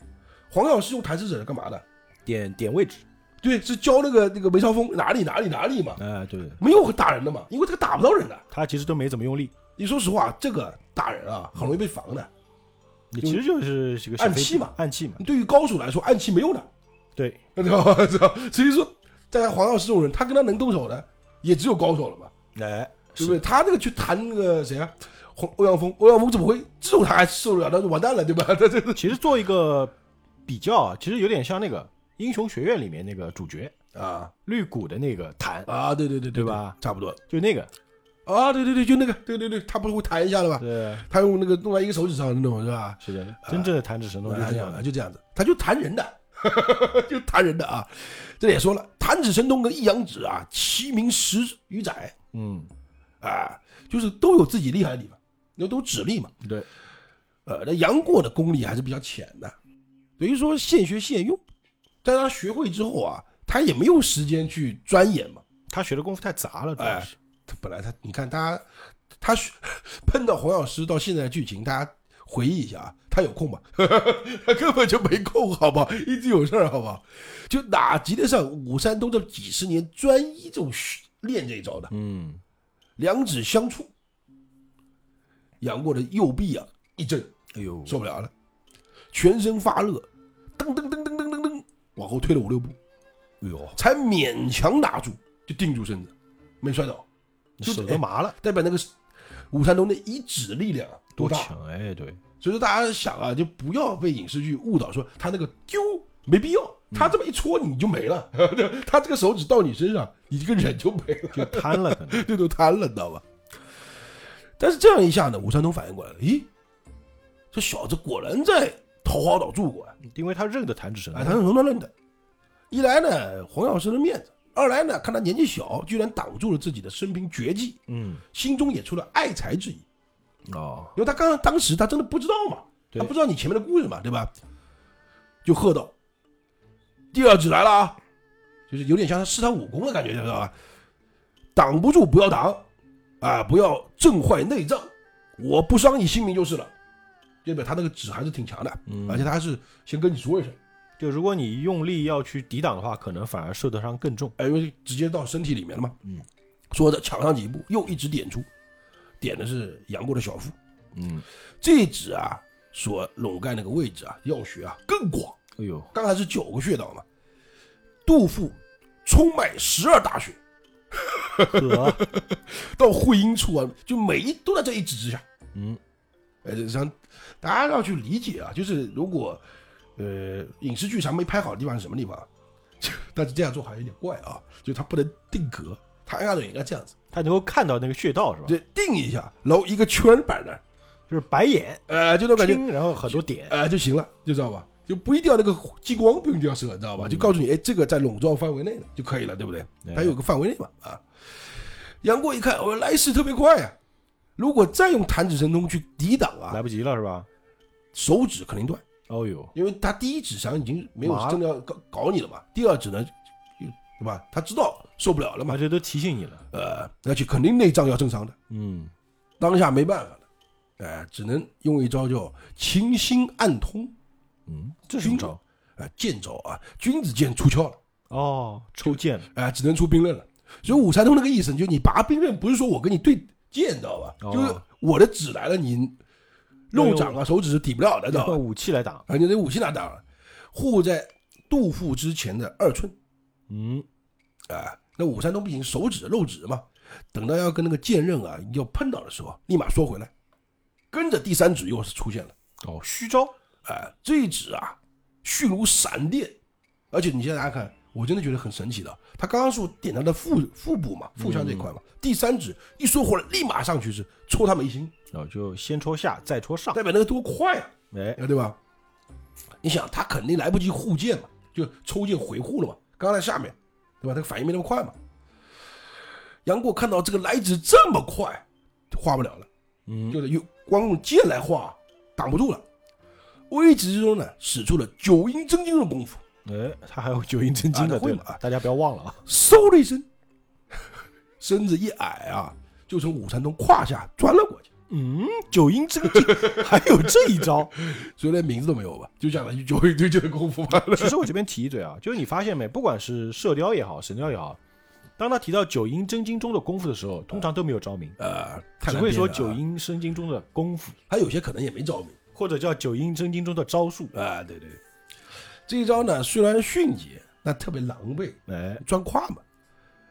S2: 黄药师用弹石子儿干嘛的？
S1: 点点位置。
S2: 对，是教那个那个梅超风哪里哪里哪里嘛，
S1: 哎，对，
S2: 没有打人的嘛，因为这个打不到人的。
S1: 他其实都没怎么用力，
S2: 你说实话，这个打人啊，很容易被防的。
S1: 你其实就是这个
S2: 暗器嘛，
S1: 暗器嘛。
S2: 对于高手来说，暗器没用的，
S1: 对，
S2: 知道吧？知道。所以说，在黄药师这种人，他跟他能动手的，也只有高手了嘛。
S1: 哎，
S2: 对不对？他那个去弹那个谁啊，黄欧阳锋，欧阳锋怎么会这种他还受得了？那就完蛋了，对吧？ [LAUGHS] 这这
S1: 其实做一个比较啊，其实有点像那个《英雄学院》里面那个主角
S2: 啊
S1: 绿谷的那个弹，
S2: 啊，对对对
S1: 对吧？
S2: 差不多
S1: 就那个，
S2: 啊，对对对，就那个，对对对，他不是会弹一下的吧？
S1: 对，啊
S2: 他用那个弄在一个手指上的那种是吧？
S1: 是的，真正的弹指神通就是这样的。
S2: 啊就这样子，他就弹人的， [LAUGHS] 就弹人的啊。这里也说了，弹指神通跟一阳指啊，齐名十余载
S1: 嗯，
S2: 啊，就是都有自己厉害的地方，那都指力嘛。
S1: 对，
S2: 呃，那杨过的功力还是比较浅的，等于说现学现用。但他学会之后啊，他也没有时间去钻研嘛。
S1: 他学的功夫太杂了，主
S2: 哎
S1: 要是。，
S2: 他本来他，你看他他 [LAUGHS] 是碰到黄药师到现在的剧情，大家回忆一下啊，他有空吗？ [LAUGHS] 他根本就没空，好不好？一直有事儿，好不好？就哪及得上武山东这几十年专一这种训练这一招的？
S1: 嗯，
S2: 两指相触，杨过的右臂啊一震，
S1: 哎呦，
S2: 受不了了，全身发热，噔噔噔噔噔噔噔，往后退了五六步，
S1: 哎呦，
S2: 才勉强打住，就定住身子，没摔倒，就
S1: 手都麻了，
S2: 代表那个武山东那一指力量啊多
S1: 多
S2: 大。
S1: 强哎，对，
S2: 所以说大家想啊，就不要被影视剧误导，说他那个丢没必要，他这么一戳你就没了， [LAUGHS] 他这个手指到你身上，你这个人就没了，
S1: 就瘫了可能。
S2: [LAUGHS] 这都瘫了，你知道吧？但是这样一下呢，武山东反应过来了，咦，这小子果然在桃花岛住过呀、
S1: 因为他认得弹指神啊
S2: 哎，他是容得认的。一来呢，黄药师的面子；二来呢，看他年纪小，居然挡住了自己的生平绝技，
S1: 嗯，
S2: 心中也出了爱才之意。
S1: 哦，
S2: 因为他刚当时他真的不知道嘛，
S1: 对
S2: 他不知道你前面的故事嘛，对吧？就喝道：“第二指来了啊！”就是有点像他试探武功的感觉，知道吧？挡不住不要挡，啊，不要震坏内脏，我不伤你性命就是了。对吧？他那个指还是挺强的，
S1: 嗯
S2: 而且他还是先跟你说一声，
S1: 就如果你用力要去抵挡的话，可能反而受的伤更重。
S2: 哎，因为直接到身体里面了嘛。
S1: 嗯，
S2: 说着抢上几步，又一指点出，点的是杨过的小腹。
S1: 嗯，
S2: 这一指啊，所笼盖那个位置啊，要穴啊更广。
S1: 哎呦，
S2: 刚才是九个穴道嘛，肚腹充满十二大穴，
S1: 呵，
S2: 到会阴处啊，就每一都在这一指之下。
S1: 嗯，
S2: 呃，让大家要去理解啊，就是如果呃影视剧上没拍好的地方是什么地方 [LAUGHS] 啊？就但是这样做好像有点怪啊，就它不能定格，它按照应该这样子，
S1: [LAUGHS] 他能够看到那个穴道是吧？
S2: 对，定一下，然后一个圈摆那儿，
S1: 就是白眼，
S2: 呃，就那种感觉，
S1: 听然后很多点。
S2: 呃就行了，就知道吧？就不一定要那个激光不一定要射，你知道
S1: 嗯
S2: 吧？就告诉你，哎，这个在笼罩范围内的就可以了，对不对？
S1: 哎
S2: 它有个范围内嘛，啊。杨过一看，我来势特别快啊！如果再用弹指神通去抵挡啊，
S1: 来不及了是吧？
S2: 手指肯定断，
S1: 哦呦，
S2: 因为他第一指实际上已经没
S1: 麻
S2: 有
S1: 了
S2: 真的要搞搞你了嘛。第二指呢，就对吧？他知道受不了了嘛
S1: 而，且都提醒你了。
S2: 呃，而且肯定内脏要正常的，
S1: 嗯，
S2: 当下没办法了，哎、只能用一招叫清心暗通，
S1: 嗯，这是什么招？
S2: 啊、剑招啊，君子剑出鞘了。
S1: 哦，抽剑了。
S2: 哎、只能出兵刃了。所以武山通那个意思，就你拔兵刃，不是说我跟你对剑，你知道吧？
S1: 哦
S2: 就是我的指来了，你肉掌啊、手指是抵不了的，知
S1: 要
S2: 道吧
S1: 用？武器来打。
S2: 啊，你的武器拿当了，护在肚腹之前的二寸
S1: 嗯，
S2: 啊。那武山通毕竟手指肉指嘛，等到要跟那个剑刃啊要碰到的时候，立马缩回来，跟着第三指又是出现了。
S1: 哦，虚招。
S2: 哎，这一指啊，迅如闪电，而且你现在大家看，我真的觉得很神奇的。他刚刚是我点他的腹腹部嘛，腹腔这一块嘛，
S1: 嗯
S2: 第三指一缩回来，立马上去是戳他眉心，
S1: 然后哦就先戳下，再戳上。
S2: 代表那个多快啊，
S1: 哎，
S2: 对吧？你想，他肯定来不及护剑嘛，就抽剑回护了嘛，刚在下面，对吧？他反应没那么快嘛。杨过看到这个来指这么快，画不了了。
S1: 嗯，
S2: 就是用光用剑来画，挡不住了。危急之中呢，使出了九阴真经的功夫，
S1: 哎，他还有九阴真经的，
S2: 啊
S1: 对
S2: 会
S1: 了
S2: 嘛，
S1: 大家不要忘了啊。
S2: 嗖的一声， [LAUGHS] 身子一矮啊，就从武山东胯下钻了过去。
S1: 嗯，九阴真经 [LAUGHS] 还有这一招。
S2: 所以连名字都没有吧，就讲了一句九阴真经的功夫吧。
S1: 其实我这边提一嘴啊，就是你发现没，不管是射雕也好，神雕也好，当他提到九阴真经中的功夫的时候，通常都没有招名，
S2: [LAUGHS] 呃，太
S1: 只
S2: 难
S1: 会
S2: 编
S1: 说
S2: 了啊
S1: 九，阴真经中的功夫，
S2: 他有些可能也没照明
S1: 或者叫九阴真经中的招数。
S2: 啊。对对，这一招呢虽然迅捷，但特别狼狈，
S1: 哎，
S2: 钻胯嘛。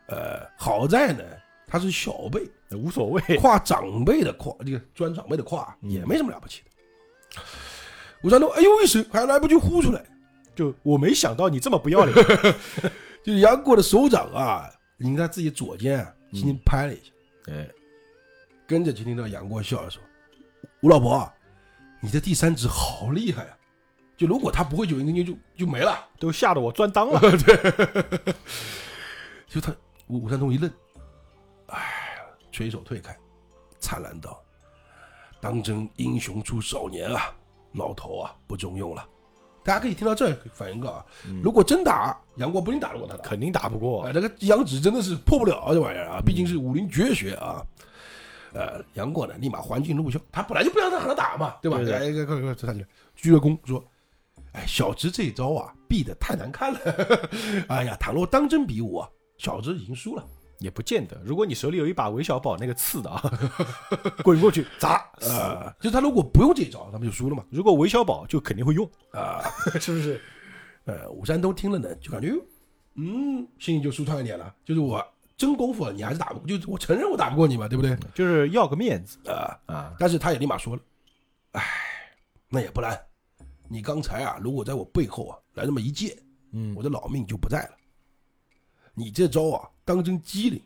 S2: 呃，好在呢，他是小辈，
S1: 无所谓。 [LAUGHS]
S2: 跨长辈的跨，这个钻长辈的跨也没什么了不起的。武山东哎呦一声，还来不及呼出来，
S1: 就我没想到你这么不要脸。
S2: 就是杨过的手掌啊，你看他自己左肩啊，轻轻拍了一下，
S1: 哎，
S2: 跟着就听到杨过笑着说：“吴老伯啊，你的第三指好厉害啊！就如果他不会九阴真经，就就没了。
S1: 都吓得我钻裆了。 [LAUGHS]
S2: 就他武武山东一愣，哎，垂手退开，灿烂道：“当真英雄出少年啊，老头啊，不中用了。”大家可以听到这儿反应个啊，如果真打杨过，不一定打得过他的。
S1: 肯定打不过
S2: 哎嗯啊，。这个杨指真的是破不了啊，这玩意儿啊，毕竟是武林绝学啊。呃，杨过呢立马还进入校，他本来就不想再和他打嘛，对吧？
S1: 对对
S2: 哎，快快快，站起来，鞠了躬说：“哎，小侄这一招啊，避得太难看了。 [LAUGHS] 哎呀，倘若当真比武啊，小侄已经输了。
S1: 也不见得。如果你手里有一把韦小宝那个刺的啊， [LAUGHS] 滚过去砸死。
S2: 呃，就是他如果不用这一招，他们就输了嘛。
S1: 如果韦小宝就肯定会用，
S2: 啊、
S1: [LAUGHS] 是不是？
S2: 呃，武三通听了呢，就感觉，嗯，心里就舒畅一点了。就是我真功夫，你还是打不，就我承认我打不过你嘛，对不对？
S1: 就是要个面子
S2: 啊、
S1: 啊。
S2: 但是他也立马说了，哎，那也不然，你刚才啊，如果在我背后啊来那么一剑，
S1: 嗯
S2: 我的老命就不在了。你这招啊，当真机灵，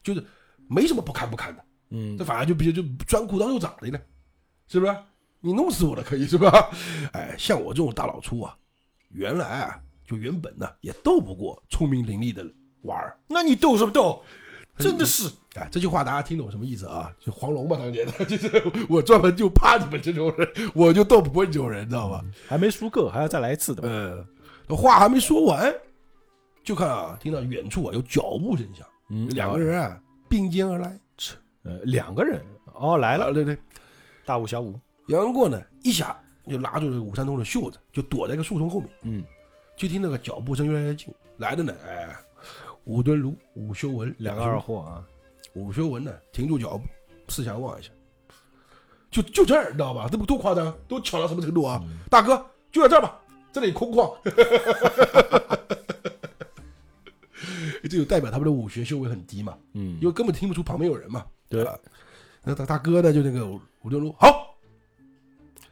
S2: 就是没什么不堪不堪的，
S1: 嗯，
S2: 这反而就比较就钻裤裆又咋的呢？是不是？你弄死我了可以是吧？ [LAUGHS] 哎，像我这种大老粗啊，原来啊就原本呢、也斗不过聪明伶俐的娃儿。
S1: 那你斗什么斗？真的是
S2: 哎，这句话大家听懂什么意思啊？就黄蓉吧，当年的， [LAUGHS] 就是我专门就怕你们这种人，我就斗不过你这种人，知道吧？
S1: 还没输够，还要再来一次的吧？
S2: 呃，话还没说完，就看啊，听到远处啊有脚步声响，
S1: 嗯
S2: 两个人啊并肩而来，
S1: 呃，两个人哦，来
S2: 来
S1: 了，
S2: 了，哎对对，
S1: 大武小武，
S2: 杨过呢一下就拉住这个武三通的袖子，就躲在一个树丛后面，
S1: 嗯，
S2: 就听那个脚步声越来越近，来的呢，哎，武敦儒、武修文
S1: 两
S2: 两
S1: 个
S2: 个
S1: 二
S2: 人，
S1: 货啊，
S2: 武修文呢停住脚步，四下望一下，就就这儿，你知道吧？这不多夸张，都巧到什么程度啊？大哥，就在这儿吧，这里空旷。 [LAUGHS] 这就代表他们的武学修为很低嘛，
S1: 嗯
S2: 因为根本听不出旁边有人嘛。
S1: 对
S2: 吧？那他大哥呢，就那个武敦儒好，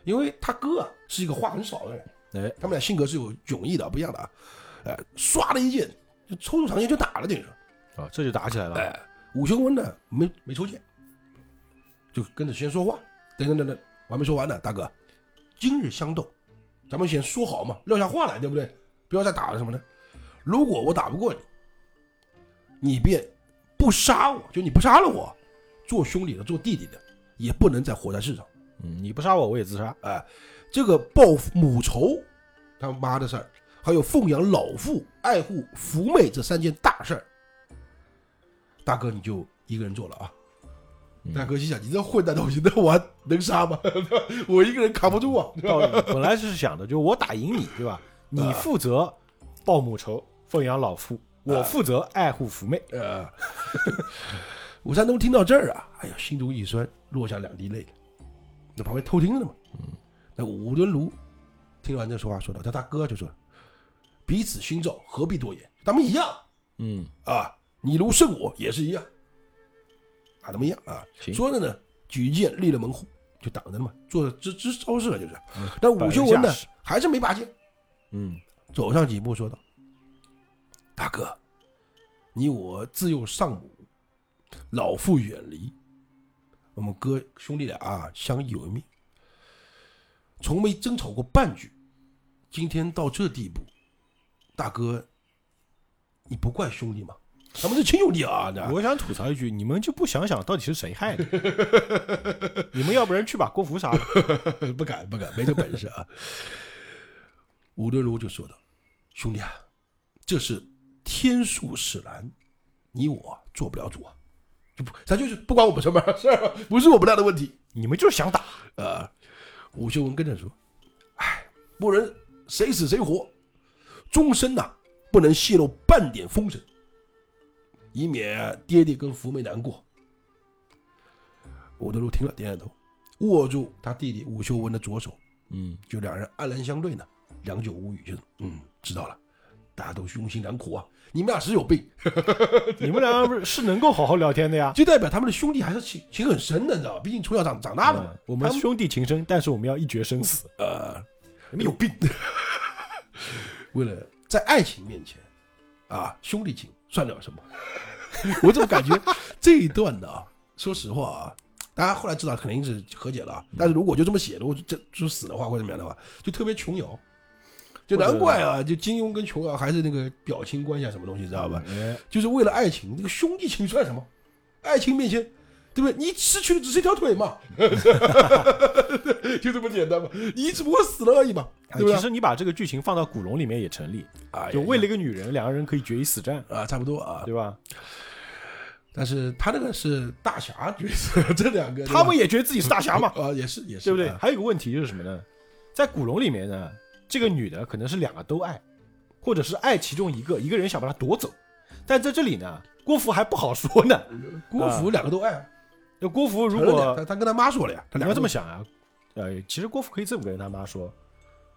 S2: 因为他哥啊是一个话很少的人，
S1: 哎，
S2: 他们俩性格是有迥异的，不一样的啊。哎、唰的一剑，就抽出长剑就打了，等于说，
S1: 啊，这就打起来了，
S2: 哎、武修文呢没没抽剑，就跟着先说话，等等等等，我还没说完呢，大哥，今日相斗，咱们先说好嘛，撂下话来，对不对？不要再打了什么呢？如果我打不过你，你便不杀我，就你不杀了我，做兄弟的做弟弟的也不能再活在世上。
S1: 嗯，你不杀我，我也自杀，
S2: 哎，这个报母仇，他妈的事儿，还有奉养老父、爱护福妹这三件大事儿，大哥你就一个人做了啊。大哥心想：你这混蛋东西，那我还能杀吗？ [LAUGHS] 我一个人扛不住啊！ [LAUGHS]
S1: 道理 [LAUGHS] 本来是想的，就我打赢你， [LAUGHS] 对吧？啊你负责报母仇，奉养老父，我负责爱护福妹。
S2: 呃，武三通听到这儿啊，哎呀，心中一酸，落下两滴泪来。那旁边偷听着呢嘛，那武敦儒听完这说话，说道：“他大哥就说，彼此心照，何必多言？咱们一样
S1: 嗯，
S2: 啊，你如胜我也是一样，啊，咱们一样啊。”
S1: 行
S2: 说着呢，举剑立了门户，就挡着了嘛，做支支招式了就是。但武修文
S1: 摆
S2: 呢
S1: 了架势，
S2: 还是没拔剑，
S1: 嗯，
S2: 走上几步说道：“大哥，你我自幼丧母，老父远离，我们哥兄弟俩啊相依为命，从没争吵过半句。今天到这地步，大哥，你不怪兄弟吗？咱们是亲兄弟啊！那
S1: 哎我想吐槽一句，你们就不想想到底是谁害的？ [LAUGHS] 你们要不然去把郭芙杀了。
S2: [LAUGHS] 不敢不敢，没这本事啊。武敦儒就说道：“兄弟啊，这是天数使然，你我做不了主啊，就不咱就是不管我们什么事儿，不是我们俩的问题。
S1: 你们就是想 [LAUGHS] 打，”
S2: 呃，武修文跟着说：“哎，不人谁死谁活，终身呐、不能泄露半点风声，以免爹爹跟福妹难过。”武敦儒听了，点点头，握住他弟弟武修文的左手，
S1: 嗯，
S2: 就两人黯然相对呢，良久无语，就嗯，知道了，大家都是用心良苦啊，你们俩是有病，
S1: 你们俩不是是能够好好聊天的呀。
S2: 就代表他们的兄弟还是情情很深的，你知道吧？毕竟从小长长大的嘛
S1: 嗯，我们
S2: 他
S1: 兄弟情深，但是我们要一决生死。
S2: 呃，你们有病， [LAUGHS] 为了在爱情面前啊，兄弟情算得了什么？ [LAUGHS] 我怎么感觉这一段呢？说实话啊，大家后来知道肯定是和解了啊，但是如果就这么写的，我就这就死的话或者怎么样的话，就特别琼瑶。就难怪啊，就金庸跟琼瑶还是那个表亲关系啊，什么东西知道吧？
S1: 哎，
S2: 就是为了爱情，这个兄弟情算什么？爱情面前，对不对？你失去的只是一条腿嘛， [LAUGHS] 就这么简单嘛，你只不过死了而已嘛，对不
S1: 啊哎其
S2: 对？
S1: 实你把这个剧情放到古龙里面也成立，
S2: 哎呀哎
S1: 就为了一个女人，两个人可以决一死战，
S2: 啊，差不多啊。
S1: 对吧？
S2: 但是他那个是大侠角色， [LAUGHS] 这两个
S1: 他们也觉得自己是大侠嘛，
S2: [LAUGHS] 啊也是也是，
S1: 对不对？
S2: 啊
S1: 还有一个问题就是什么呢？在古龙里面呢，这个女的可能是两个都爱，或者是爱其中一个，一个人想把她夺走，但在这里呢，郭芙还不好说呢。
S2: 嗯郭芙两个都爱，
S1: 那郭芙啊如
S2: 承认了
S1: 果
S2: 他他跟他妈说了呀，他
S1: 你要
S2: 两个
S1: 这
S2: 都
S1: 么想啊，呃，其实郭芙可以这么跟他妈说，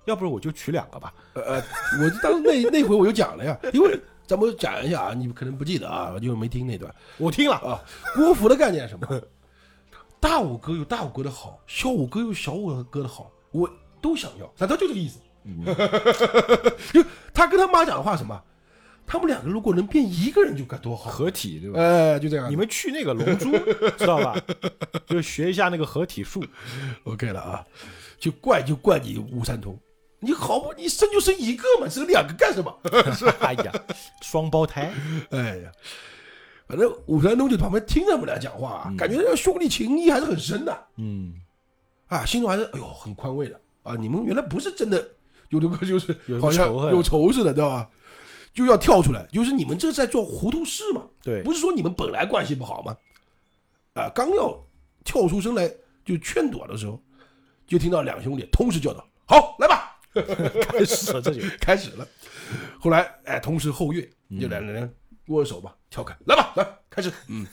S1: 要不然我就娶两个吧。
S2: 呃，我就当时那那回我就讲了呀，因为咱们讲一下啊，你们可能不记得啊，就没听那段
S1: 我听了，
S2: 啊。郭芙的概念是什么？ [LAUGHS] 大五哥有大五哥的好，小五哥有小五哥的好，我都想要，反正就这个意思。
S1: 嗯
S2: [LAUGHS] 就他跟他妈讲的话什么？他们两个如果能变一个人就该多
S1: [LAUGHS]
S2: 好。
S1: 合体对吧？
S2: 哎，就这样。
S1: 你们去那个龙珠，知道
S2: [LAUGHS]
S1: 吧？就学一下那个合体术。
S2: OK 了啊？就怪就怪你吴三通，你好不？你生就生一个嘛，生两个干什么？ [LAUGHS]
S1: [LAUGHS] 哎呀，双胞胎，
S2: 哎呀，反正武三通就旁边听他们俩讲话、啊，感觉这个兄弟情谊还是很深的
S1: 嗯，
S2: 啊，心中还是哎呦很宽慰的啊。你们原来不是真的有这个就是
S1: 有什么
S2: 好像
S1: 仇恨啊
S2: 有仇似的，对吧？就要跳出来，就是你们这在做糊涂事嘛，
S1: 对
S2: 不是说你们本来关系不好吗？啊，刚要跳出声来就劝躲的时候，就听到两兄弟同时叫道：“好，来吧！”
S1: 开始了这就。
S2: 开始了。后来，哎，同时后跃，
S1: 嗯
S2: 就两个人握手吧，跳开，来吧，来，开始。嗯，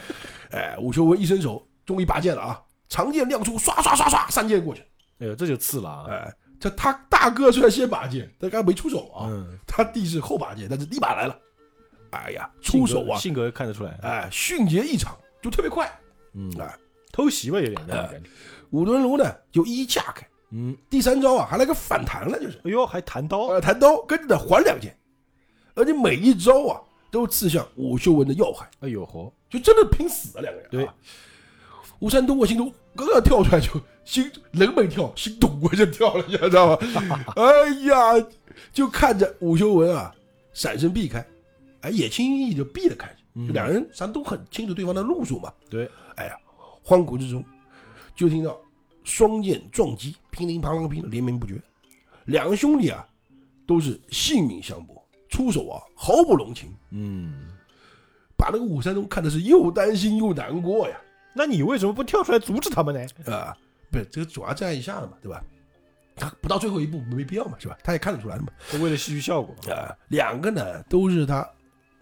S2: [LAUGHS] 哎，武修文一伸手，终于拔剑了啊！长剑亮出，唰唰唰唰，三剑过去。
S1: 哎呦，这就刺了啊！
S2: 哎，这他大哥虽然先拔剑，但刚没出手啊，
S1: 嗯
S2: 他弟是后拔剑，但是立马来了。哎呀，出手啊，
S1: 性格性格看得出来，
S2: 哎，迅捷异常，就特别快。嗯，哎，
S1: 偷袭吧，有点那种感觉。
S2: 武敦儒呢就一一架开，
S1: 嗯，
S2: 第三招啊还来个反弹了，就是。
S1: 哎呦，还弹刀，
S2: 呃，弹刀跟着呢还两剑，而且每一招啊都刺向武修文的要害，
S1: 哎呦活，
S2: 就真的拼死了两个人、啊。
S1: 对，
S2: 吴山东我心中刚刚跳出来就心人没跳，心咚我就跳了一下，知道吗？哎呀，就看着武修文啊闪身避开，哎，也轻易就避了开去，就两人咱都很清楚对方的路数嘛。
S1: 对，
S2: 哎呀，荒谷之中，就听到双剑撞击，乒铃乓啷乒，连绵不绝。两个兄弟啊，都是性命相搏，出手啊毫不容情，
S1: 嗯，
S2: 把那个武三通看的是又担心又难过呀。
S1: 那你为什么不跳出来阻止他们呢？
S2: 啊、不是这个主要这样一下了嘛，对吧？他不到最后一步没必要嘛，是吧？他也看得出来了嘛。
S1: 是为了戏剧效果。
S2: 啊、两个呢都是他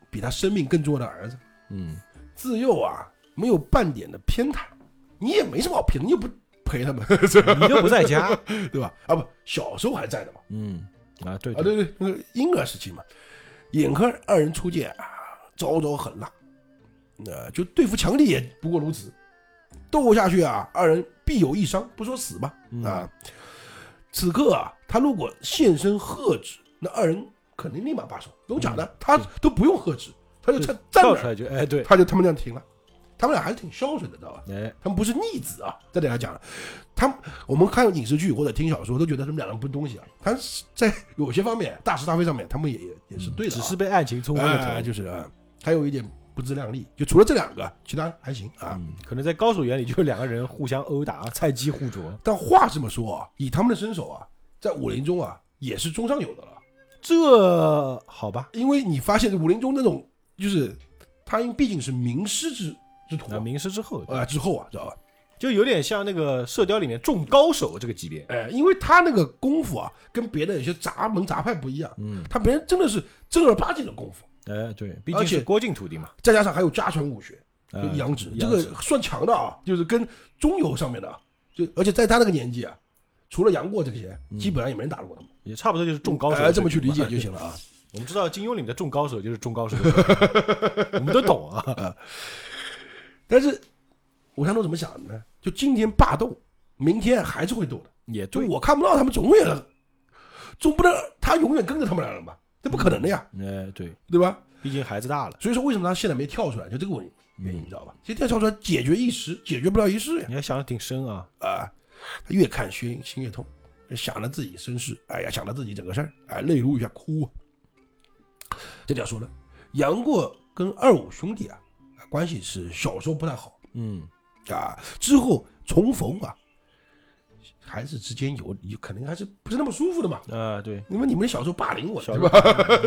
S2: 比他生命更重要的儿子，
S1: 嗯，
S2: 自幼啊没有半点的偏袒，你也没什么好偏的，你又不陪他们，
S1: 你又不在 [LAUGHS] 家。
S2: [LAUGHS] 对吧？啊不，小时候还在的嘛，
S1: 嗯，啊，对
S2: 啊，对对，那个婴儿时期嘛，尹克二人出剑啊，招招狠辣，呃，就对付强敌也不过如此。斗下去啊，二人必有一伤，不说死吧，
S1: 嗯
S2: 啊，此刻啊，他如果现身喝止，那二人肯定立马罢手，不用讲的，他都不用喝止，他就
S1: 就
S2: 站
S1: 嗯
S2: 站
S1: 跳
S2: 那
S1: 出
S2: 儿，
S1: 来就哎对，
S2: 他就他们这样停了，他们俩还是挺孝顺的，知道吧？
S1: 哎，
S2: 他们不是逆子啊，这点要讲了。他们我们看影视剧或者听小说，都觉得他们两人不是东西啊。他是在有些方面大是大非上面，他们也也也是对的、啊
S1: 只是被爱情冲昏
S2: 哎
S1: 了头。
S2: 就是啊，还有一点不自量力。就除了这两个，其他还行啊。
S1: 嗯，可能在高手眼里就是两个人互相殴打，菜鸡互啄，
S2: 但话这么说啊，以他们的身手啊，在武林中啊也是中上有的了。
S1: 这好吧？
S2: 因为你发现武林中那种就是他，因为毕竟是名师之之徒
S1: 那
S2: 啊、
S1: 名师之后，
S2: 呃之后啊，知道吧？
S1: 就有点像那个《射雕》里面众高手这个级别。
S2: 哎，因为他那个功夫啊，跟别的有些杂门杂派不一样，
S1: 嗯，
S2: 他别人真的是正儿八经的功夫，
S1: 哎，对，毕
S2: 而
S1: 竟
S2: 且
S1: 是郭靖徒弟嘛。
S2: 再加上还有家传武学，就
S1: 嗯
S2: 杨指、
S1: 杨
S2: 这个
S1: 指
S2: 算强的啊，就是跟中游上面的啊，就而且在他那个年纪啊，除了杨过这些，基本上也没人打得过他们。
S1: 也差不多就是众嗯高手、
S2: 哎，这么去理解
S1: [LAUGHS]
S2: 就。行了啊。
S1: 我们知道金庸里面的众高手就是众高手的水 [LAUGHS] 平，我们都懂啊。
S2: 但是武三通怎么想的呢？就今天罢斗，明天还是会斗的。
S1: 也
S2: 就
S1: 对，
S2: 我看不到他们，总也总不能他永远跟着他们来了吧？这不可能的呀，
S1: 哎，对，
S2: 对吧？
S1: 毕竟孩子大了，
S2: 所以说，为什么他现在没跳出来？就这个原原因，你知道吧？其实跳出来解决一时，解决不了一世呀。
S1: 你还想的挺深啊。
S2: 啊，他越看心心越痛，想着自己身世，哎呀，想着自己整个事儿，哎，泪如雨下哭啊。这点说了，杨过跟二五兄弟啊，关系是小时候不太好
S1: 嗯，
S2: 啊，之后重逢啊，还是之间有有肯定还是不是那么舒服的嘛。
S1: 啊，对，
S2: 因为你们小时候霸凌我，
S1: 小
S2: 对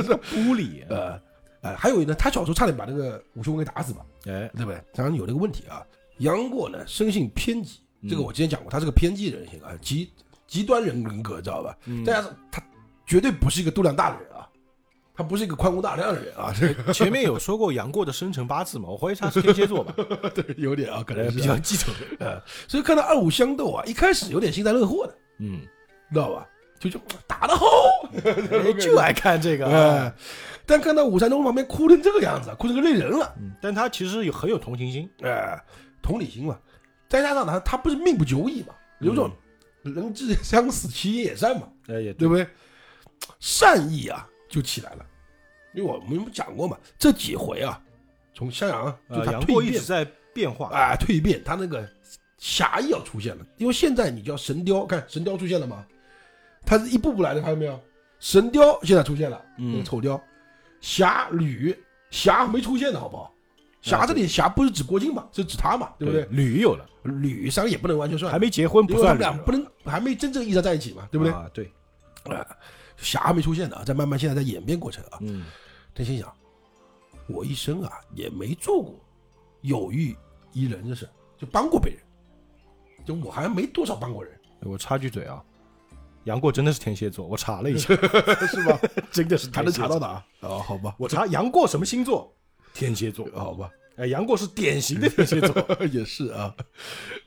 S1: 时
S2: 吧？
S1: 候孤立，
S2: 呃，呃，还有呢，他小时候差点把那个武修公给打死嘛，
S1: 哎，
S2: 对不对？当然有这个问题啊。杨过呢，生性偏激，这
S1: 嗯
S2: 个我之前讲过，他是个偏激人性啊，极极端人人格，知道吧？
S1: 嗯
S2: 但是他绝对不是一个度量大的人啊，他不是一个宽宏大量的人啊， [LAUGHS] 这个
S1: 前面有说过杨过的生辰八字嘛，我怀疑他是天蝎座吧，
S2: 对有点啊，可
S1: [LAUGHS]
S2: 能
S1: 哎
S2: 是
S1: 比较记仇。
S2: 呃，所以看到二五相斗啊，一开始有点幸灾乐祸的，
S1: 嗯，
S2: 知道吧？就就打
S1: [LAUGHS]
S2: 得好，
S1: [LAUGHS] 哎就爱看这个啊。
S2: 哎，但看到武三通旁边哭成这个样子，哭成个泪人了，
S1: 嗯，但他其实有很有同情心。
S2: 哎、同理心嘛，再加上他他不是命不久矣嘛，有种
S1: 嗯
S2: 人之将死，其言也善嘛，
S1: 哎，也
S2: 对不对？善意啊就起来了，因为我们讲过嘛，这几回啊，从襄阳啊就
S1: 呃，
S2: 他
S1: 杨过
S2: 蜕
S1: 一直
S2: 变
S1: 在变哎化。
S2: 啊、蜕变，他那个侠义要出现了，因为现在你叫神雕，看神雕出现了吗？他是一步步来的，看到没有？神雕现在出现了，
S1: 嗯
S2: 那个丑雕，侠吕侠没出现的好不好？侠这里侠不是指郭靖嘛，是指他嘛，对不对？
S1: 吕有了，
S2: 吕三个也不能完全算，
S1: 还没结婚
S2: 因
S1: 不
S2: 为他
S1: 算
S2: 们
S1: 吕
S2: 俩，不能还没真正意义上在一起嘛，对不对？
S1: 啊，对，
S2: 侠还没出现的啊，在慢慢现在在演变过程啊。
S1: 嗯，
S2: 他心想，我一生啊也没做过有益于人的事，就帮过别人，就我还没多少帮过人，
S1: 我插句嘴啊，杨过真的是天蝎座，我查了一下， [LAUGHS] 是吧？真的是
S2: 还
S1: 天
S2: 能
S1: 蝎
S2: 查
S1: 座
S2: 到。的啊。哦，好吧，
S1: 我查杨过什么星座？天蝎座。
S2: 好吧，
S1: [LAUGHS] 哎，杨过是典 [LAUGHS] 型的天蝎座，
S2: [LAUGHS] 也是啊，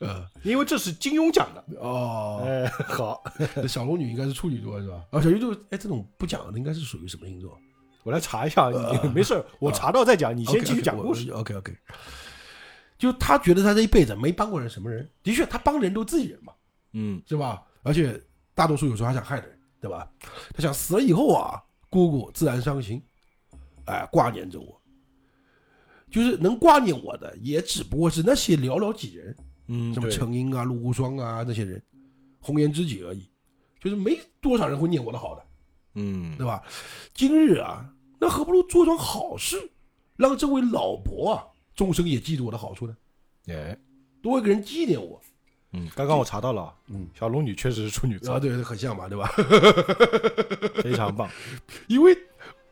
S2: 呃，
S1: 因为这是金庸讲的。
S2: 哦，
S1: 哎， [LAUGHS] 好，
S2: 那小龙女应该是处女座是吧？啊，小鱼座，哎，这种不讲的应该是属于什么星座？
S1: 我来查一下，你没 [LAUGHS] 事儿，我查到再讲，你
S2: 你
S1: 先继续讲故事。
S2: OK OK，就他觉得他这一辈子没帮过人什么人，的确他帮人都自己人嘛，
S1: 嗯
S2: 是吧？而且大多数有时候还想害人，对吧？他想死了以后啊，姑姑自然伤心，哎，挂念着我。就是能挂念我的，也只不过是那些寥寥几人，
S1: 嗯，
S2: 什么
S1: 对
S2: 程英啊、陆无双啊那些人，红颜知己而已，就是没多少人会念我的好的，
S1: 嗯
S2: 对吧？今日啊，那何不如做桩好事，让这位老伯啊，终生也记住我的好处呢？
S1: 哎
S2: 多一个人纪念我
S1: 嗯，刚刚我查到了啊，
S2: 嗯
S1: 小龙女确实是处女座，
S2: 啊，对，很像嘛，对吧？
S1: 非常 [LAUGHS] 棒。
S2: 因为，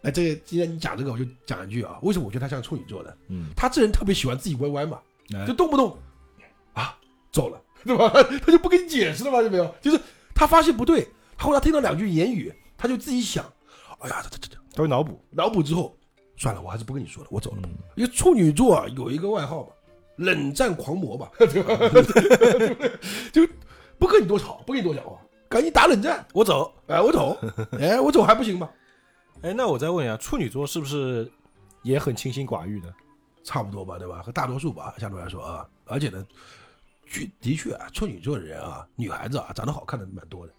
S2: 哎，这个既然你讲这个，我就讲一句啊，为什么我觉得他像处女座呢？
S1: 嗯，
S2: 他这人特别喜欢自己歪歪嘛，
S1: 哎
S2: 就动不动啊走了，对吧？ [LAUGHS] 他就不跟你解释了嘛，有没有？就是他发现不对，他后来听到两句言语，他就自己想，哎呀，这这这这，
S1: 他会脑补。
S2: 脑补之后，算了，我还是不跟你说了，我走了
S1: 嗯
S2: 吧。因为处女座啊有一个外号嘛，冷战狂魔嘛， [LAUGHS] 对吧？ [LAUGHS] 就不跟你多吵，不跟你多讲话，赶紧打冷战。
S1: 我走。
S2: 哎，我走，哎，我走还不行吗？
S1: 哎，那我再问一下，处女座是不是也很清心寡欲呢？
S2: 差不多吧，对吧？和大多数吧，相对来说啊，而且呢，确的确啊，处女座的人啊，女孩子啊，长得好看的蛮多的。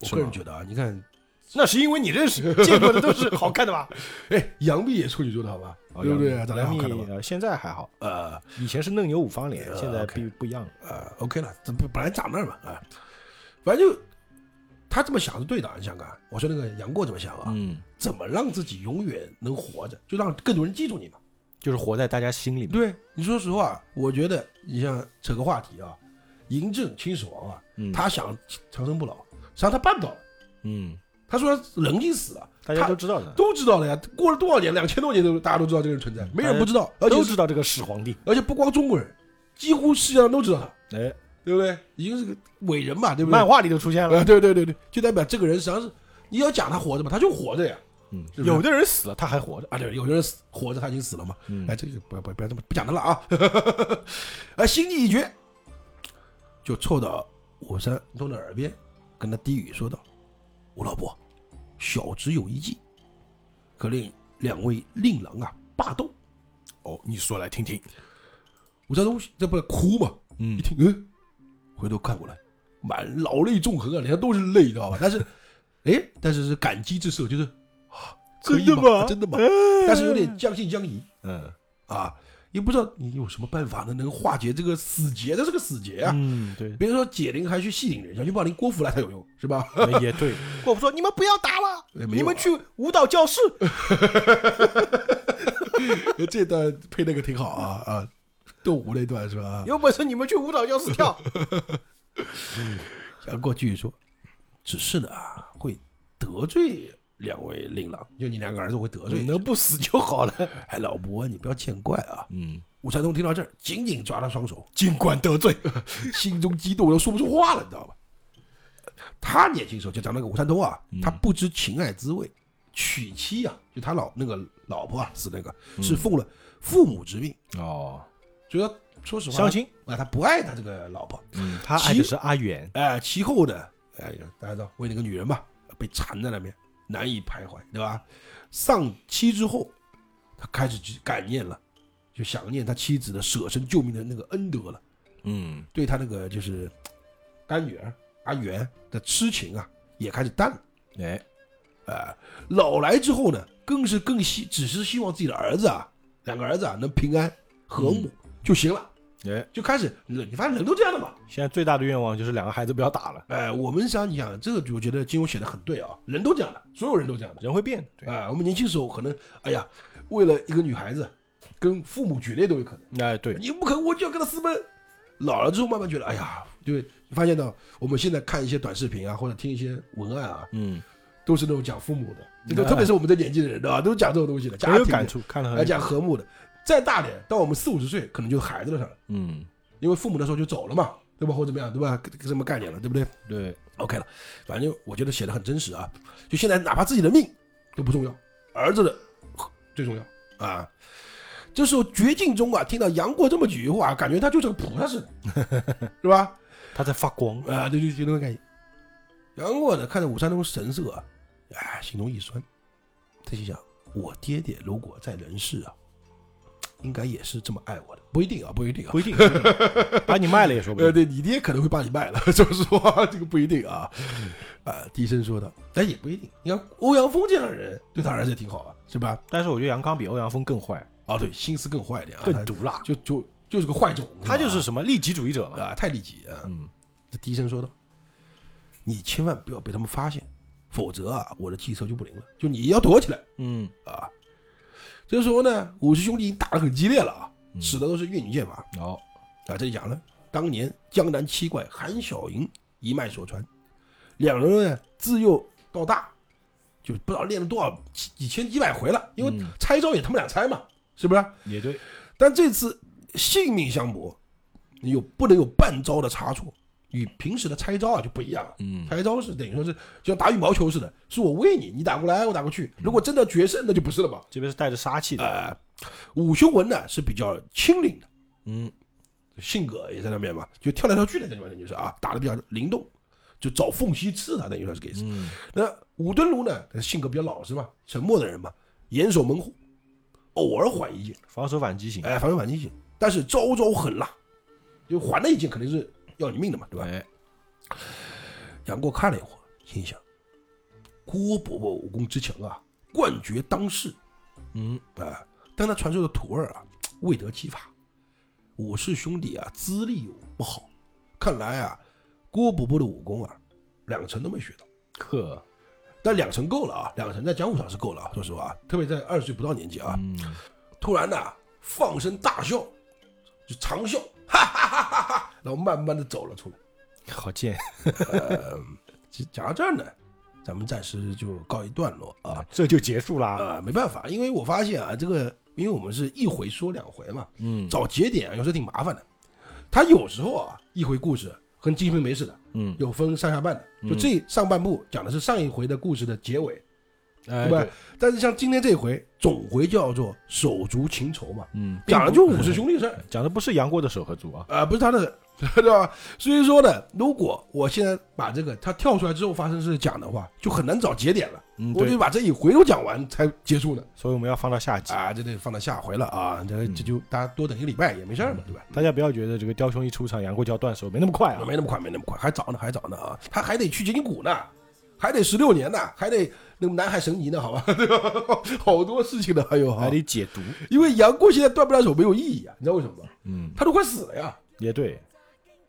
S2: 我
S1: 是
S2: 个人
S1: 吗
S2: 觉得啊，你看，
S1: [LAUGHS] 那是因为你认识见过的都是好看的吧？
S2: 哎，杨幂也处女座的好吧？啊
S1: 哦
S2: 对不对？长得好看的吧？
S1: 呃，现在还好，
S2: 呃
S1: 以前是嫩牛五方脸，
S2: 呃
S1: 现在
S2: OK
S1: 不不一样了。
S2: 呃，OK 了，这不本来长那儿嘛啊，反正就他这么想是对的。你想看，我说那个杨过怎么想啊？
S1: 嗯，
S2: 怎么让自己永远能活着，就让更多人记住你嘛？
S1: 就是活在大家心里面。
S2: 对，你说实话，我觉得你像扯个话题啊，嬴政秦始皇啊，
S1: 嗯
S2: 他想长生不老，实际上他办不到了。
S1: 嗯，
S2: 他说人已经死了，
S1: 大家
S2: 他
S1: 都知道的，
S2: 都知道了呀。过了多少年，两千多年都大家都知道这个人存在，没人不知道，而且
S1: 都
S2: 是
S1: 知道这个始皇帝。
S2: 而且不光中国人，几乎世界上都知道他，
S1: 哎，
S2: 对不对？已经是个伟人嘛，对不对？
S1: 漫画里都出现了。
S2: 啊，对对对对，就代表这个人实际上是你要讲他活着嘛，他就活着呀。
S1: 嗯，
S2: 是不是
S1: 有的人死了，他还活着。
S2: 啊，对，有的人死活着他已经死了嘛。
S1: 嗯
S2: 哎，这个不要不要不要这么不讲他了啊。 [LAUGHS] 哎，心意已决，就凑到武三通的耳边，跟他低语说道：“我老婆，小侄有一计，可令两位令郎啊罢斗。
S1: 哦，你说来听听。”
S2: 武三通这不是哭吗？
S1: 嗯
S2: 一，听，嗯，回头看过来，满老泪纵横啊，脸上都是泪，你知道吧？但是，哎，但是是感激之色，就是啊，可以吗？哎真的吗？但是有点将信将疑。
S1: 嗯
S2: 啊，也不知道你有什么办法呢，能化解这个死结这是个死结啊！
S1: 嗯，对，
S2: 别说解铃还需系铃人，想去把铃郭芙来才有用，是吧？ [LAUGHS]
S1: 哎也 [LAUGHS] 对。我说你们不要打了，
S2: 哎没有啊
S1: 你们去舞蹈教室。
S2: 这段配那个挺好啊啊，斗舞那段是吧？啊
S1: 有本事你们去舞蹈教室 [LAUGHS] 跳。
S2: 杨过继续说，只是呢会得罪两位令郎，就你两个儿子会得罪你。
S1: 嗯能不死就好了。
S2: 哎，老伯，你不要见怪啊！
S1: [LAUGHS] 嗯，
S2: 武财童听到这儿，紧紧抓他双手，
S1: 尽管得罪。
S2: [LAUGHS] 心中激动，都说不出话了，你知道吧？他年轻时候就讲那个武三通啊，
S1: 嗯
S2: 他不知情爱滋味，娶妻啊，就他老那个老婆啊，死那个
S1: 嗯
S2: 是奉了父母之命，
S1: 哦，
S2: 所以说说实话，
S1: 相亲
S2: 啊，他不爱他这个老婆。
S1: 嗯，他爱的是阿远。
S2: 哎、其后呢，哎、大家知道为那个女人嘛，被缠在那边，难以徘徊，对吧？丧妻之后，他开始去感念了，就想念他妻子的舍身救命的那个恩德了。
S1: 嗯，
S2: 对他那个就是嘖干女儿阿元的痴情啊，也开始淡了。
S1: 哎，
S2: 呃，老来之后呢，更是更希，只是希望自己的儿子啊，两个儿子啊能平安和睦就行了。
S1: 哎，
S2: 就开始，你发现人都这样的嘛？
S1: 现在最大的愿望就是两个孩子不要打了，
S2: 哎、我们想，你想这个，我觉得金庸写的很对啊，人都这样的，所有人都这样的。
S1: 人会变。对，
S2: 哎、我们年轻时候可能，哎呀，为了一个女孩子，跟父母决裂都有可能。
S1: 哎，对，
S2: 你不肯，我就要跟他私奔。老了之后慢慢觉得，哎呀，对，你发现到我们现在看一些短视频啊，或者听一些文案啊，
S1: 嗯，
S2: 都是那种讲父母的，这
S1: 嗯
S2: 个特别是我们这年纪的人，对吧？都讲这种东西的，家
S1: 很有
S2: 庭
S1: 感
S2: 的，
S1: 触，看了很
S2: 哎，。讲和睦的。再大点，到我们四五十岁，可能就是孩子的事儿了，
S1: 嗯，
S2: 因为父母那时候就走了嘛，对吧？或者怎么样，对吧？什么概念了，对不对
S1: 对，
S2: ？OK 了，反正我觉得写的很真实啊。就现在，哪怕自己的命都不重要，儿子的最重要啊。这时候绝境中啊，听到杨过这么几句话，感觉他就是个菩萨似的， [LAUGHS] 是吧？
S1: 他在发光。
S2: 啊，对对，就那种感觉。杨过呢，看着武三通神色啊，哎，心中一酸，他心想：我爹爹如果在人世啊，应该也是这么爱我的，不一定啊，不一定啊。
S1: 不一定，不一定 [LAUGHS] 把你卖了也说不
S2: 呃，
S1: 定。
S2: 对你爹可能会把你卖了， [LAUGHS] 说实话，这个不一定啊。啊，低声说道，但也不一定。你看欧阳锋这样的人，对他儿子也挺好啊，是吧？
S1: 但是我觉得杨康比欧阳锋更坏，
S2: 哦，对，心思 [LAUGHS] 更坏一点啊，
S1: 更毒辣。
S2: 就就就是个坏种，
S1: 他就是是什么利己主义者
S2: 吧
S1: 嘛。
S2: 啊，太利己啊。
S1: 嗯，
S2: 这低声说道：“你千万不要被他们发现，否则啊，我的计策就不灵了。就你要躲起来
S1: 嗯，
S2: 啊。”这时候呢，五十兄弟已经打得很激烈了啊，
S1: 嗯
S2: 使的都是越女剑法
S1: 哦，
S2: 啊。这里讲了，当年江南七怪韩小莹一脉所传，两人呢自幼到大，就不知道练了多少几几千几百回了，因为
S1: 嗯
S2: 拆招也他们俩拆嘛，是不是？
S1: 也对。
S2: 但这次性命相搏，你有不能有半招的差错，与平时的拆招啊就不一样了。
S1: 嗯，
S2: 拆招是等于说是就像打羽毛球似的，是我喂你，你打过来，我打过去。如果真的决胜，那就不是了嘛。
S1: 这边是带着杀气的。
S2: 呃，武修文呢是比较清灵的，
S1: 嗯，
S2: 性格也在那边嘛，就跳来跳去的那种，就是啊，打的比较灵动，就找缝隙刺他，等于说是给刺。
S1: 嗯
S2: 那武敦卢呢，性格比较老实嘛，沉默的人嘛，严守门户，偶尔缓一剑。
S1: 防守反击型。
S2: 哎，反正反击型，但是招招狠辣，就还了一剑肯定是要你命的嘛，对吧？
S1: 哎，
S2: 杨过看了一会儿，心想：郭伯伯武功之强啊，冠绝当世
S1: 嗯，
S2: 啊、但他传授的徒儿啊，未得其法。武氏兄弟啊，资历不好，看来啊，郭伯伯的武功啊，两成都没学到。
S1: 克。
S2: 但两成够了啊，两成在江湖上是够了啊。说实话啊，特别在二十岁不到年纪啊，
S1: 嗯，
S2: 突然呐、放声大笑，就长笑，哈哈哈哈哈，然后慢慢的走了出来。
S1: 好贱
S2: 其实讲到这儿呢，咱们暂时就告一段落啊。，
S1: 这就结束啦。
S2: 啊，没办法，因为我发现啊，这个因为我们是一回说两回嘛，
S1: 嗯
S2: 找节点啊，有时候挺麻烦的。他有时候啊，一回故事跟《金瓶梅》似的，
S1: 嗯，
S2: 有分上下半的。就这上半部讲的是上一回的故事的结尾，
S1: 哎，
S2: 对吧？
S1: 对，
S2: 但是像今天这回，总回叫做手足情仇嘛，
S1: 嗯，哎
S2: 讲的就五十兄弟的事儿。
S1: 讲的不是杨过的手和足啊。
S2: 啊，不是他的， [LAUGHS] 对吧？所以说呢，如果我现在把这个他跳出来之后发生事讲的话，就很难找节点了。
S1: 嗯，
S2: 我得
S1: 对，
S2: 把这一回都讲完才结束呢。
S1: 所以我们要放到下集。
S2: 啊，这得放到下回了啊，这
S1: 嗯
S2: 这就大家多等一个礼拜也没事儿嘛，对吧？
S1: 大家不要觉得这个雕兄一出场，杨过就要断手，没那么快啊。
S2: 没那么快，没那么快，还早呢，还早呢啊！他还得去结晶谷呢，还得十六年呢，还得那个南海神尼呢，好吧？ [LAUGHS] 对吧？好多事情呢，还有哈
S1: 还，得解毒。
S2: 因为杨过现在断不了手没有意义啊，你知道为什么吗？
S1: 嗯，
S2: 他都快死了呀，
S1: 也对。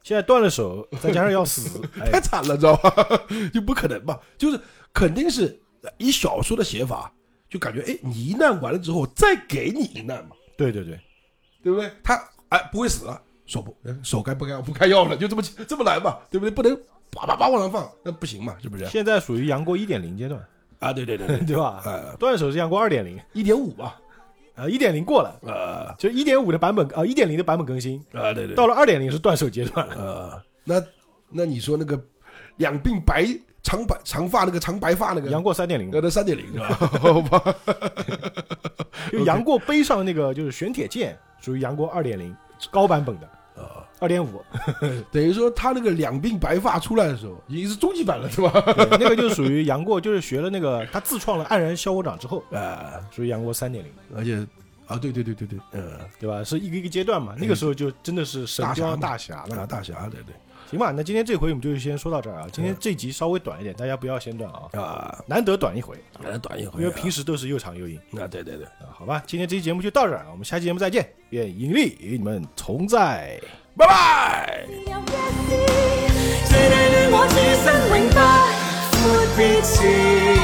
S1: 现在断了手，再加上要死， [LAUGHS] 哎
S2: 太，惨了，知道吧？ [LAUGHS] 就不可能嘛，就是肯定是以小说的写法，就感觉哎，你一难完了之后再给你一难嘛，
S1: 对对对，
S2: 对不对？他哎不会死了，手不嗯手该不该不该要了，就这么这么来嘛，对不对？不能叭叭叭往上放，那不行嘛，是不是？
S1: 现在属于杨过一点零阶段。
S2: 啊，对对对对，
S1: 对吧？
S2: 呃，
S1: 断手是阳光二点零，
S2: 一点五吧，
S1: 呃，一点零过了，
S2: 呃
S1: 就一点五的版本，呃，一点零的版本更新，
S2: 啊，对对，
S1: 到了二点零是断手阶段了。
S2: 呃，那那你说那个两鬓白长白长发那个长白发那个，
S1: 杨过三点零
S2: 那，那三点零是吧？ [LAUGHS]
S1: 就杨过背上那个就是玄铁剑，属于杨过二点零高版本的，
S2: 啊，
S1: 二点五，
S2: [LAUGHS] 等于说他那个两鬓白发出来的时候，已经是终极版了，是吧？
S1: [LAUGHS] 对那个就属于杨过，就是学了那个他自创了黯然销魂掌之后，
S2: 啊，
S1: 属于杨过三点零，
S2: 而且啊，对对对对对，呃，
S1: 对吧？是一个一个阶段嘛，那个时候就真的是神雕大侠
S2: 啊，
S1: 了。
S2: 大侠，对对
S1: 行吧，那今天这回我们就先说到这儿啊，今天这集稍微短一点，大家不要嫌短啊，
S2: 啊，
S1: 难得短一回，
S2: 给他短一回啊，
S1: 因为平时都是又长又硬。
S2: 啊，对对对，
S1: 啊好吧，今天这期节目就到这儿，我们下期节目再见，愿引力与你们同在。
S2: 拜拜。
S3: 有一丝，这你恋我此生永不阔别时。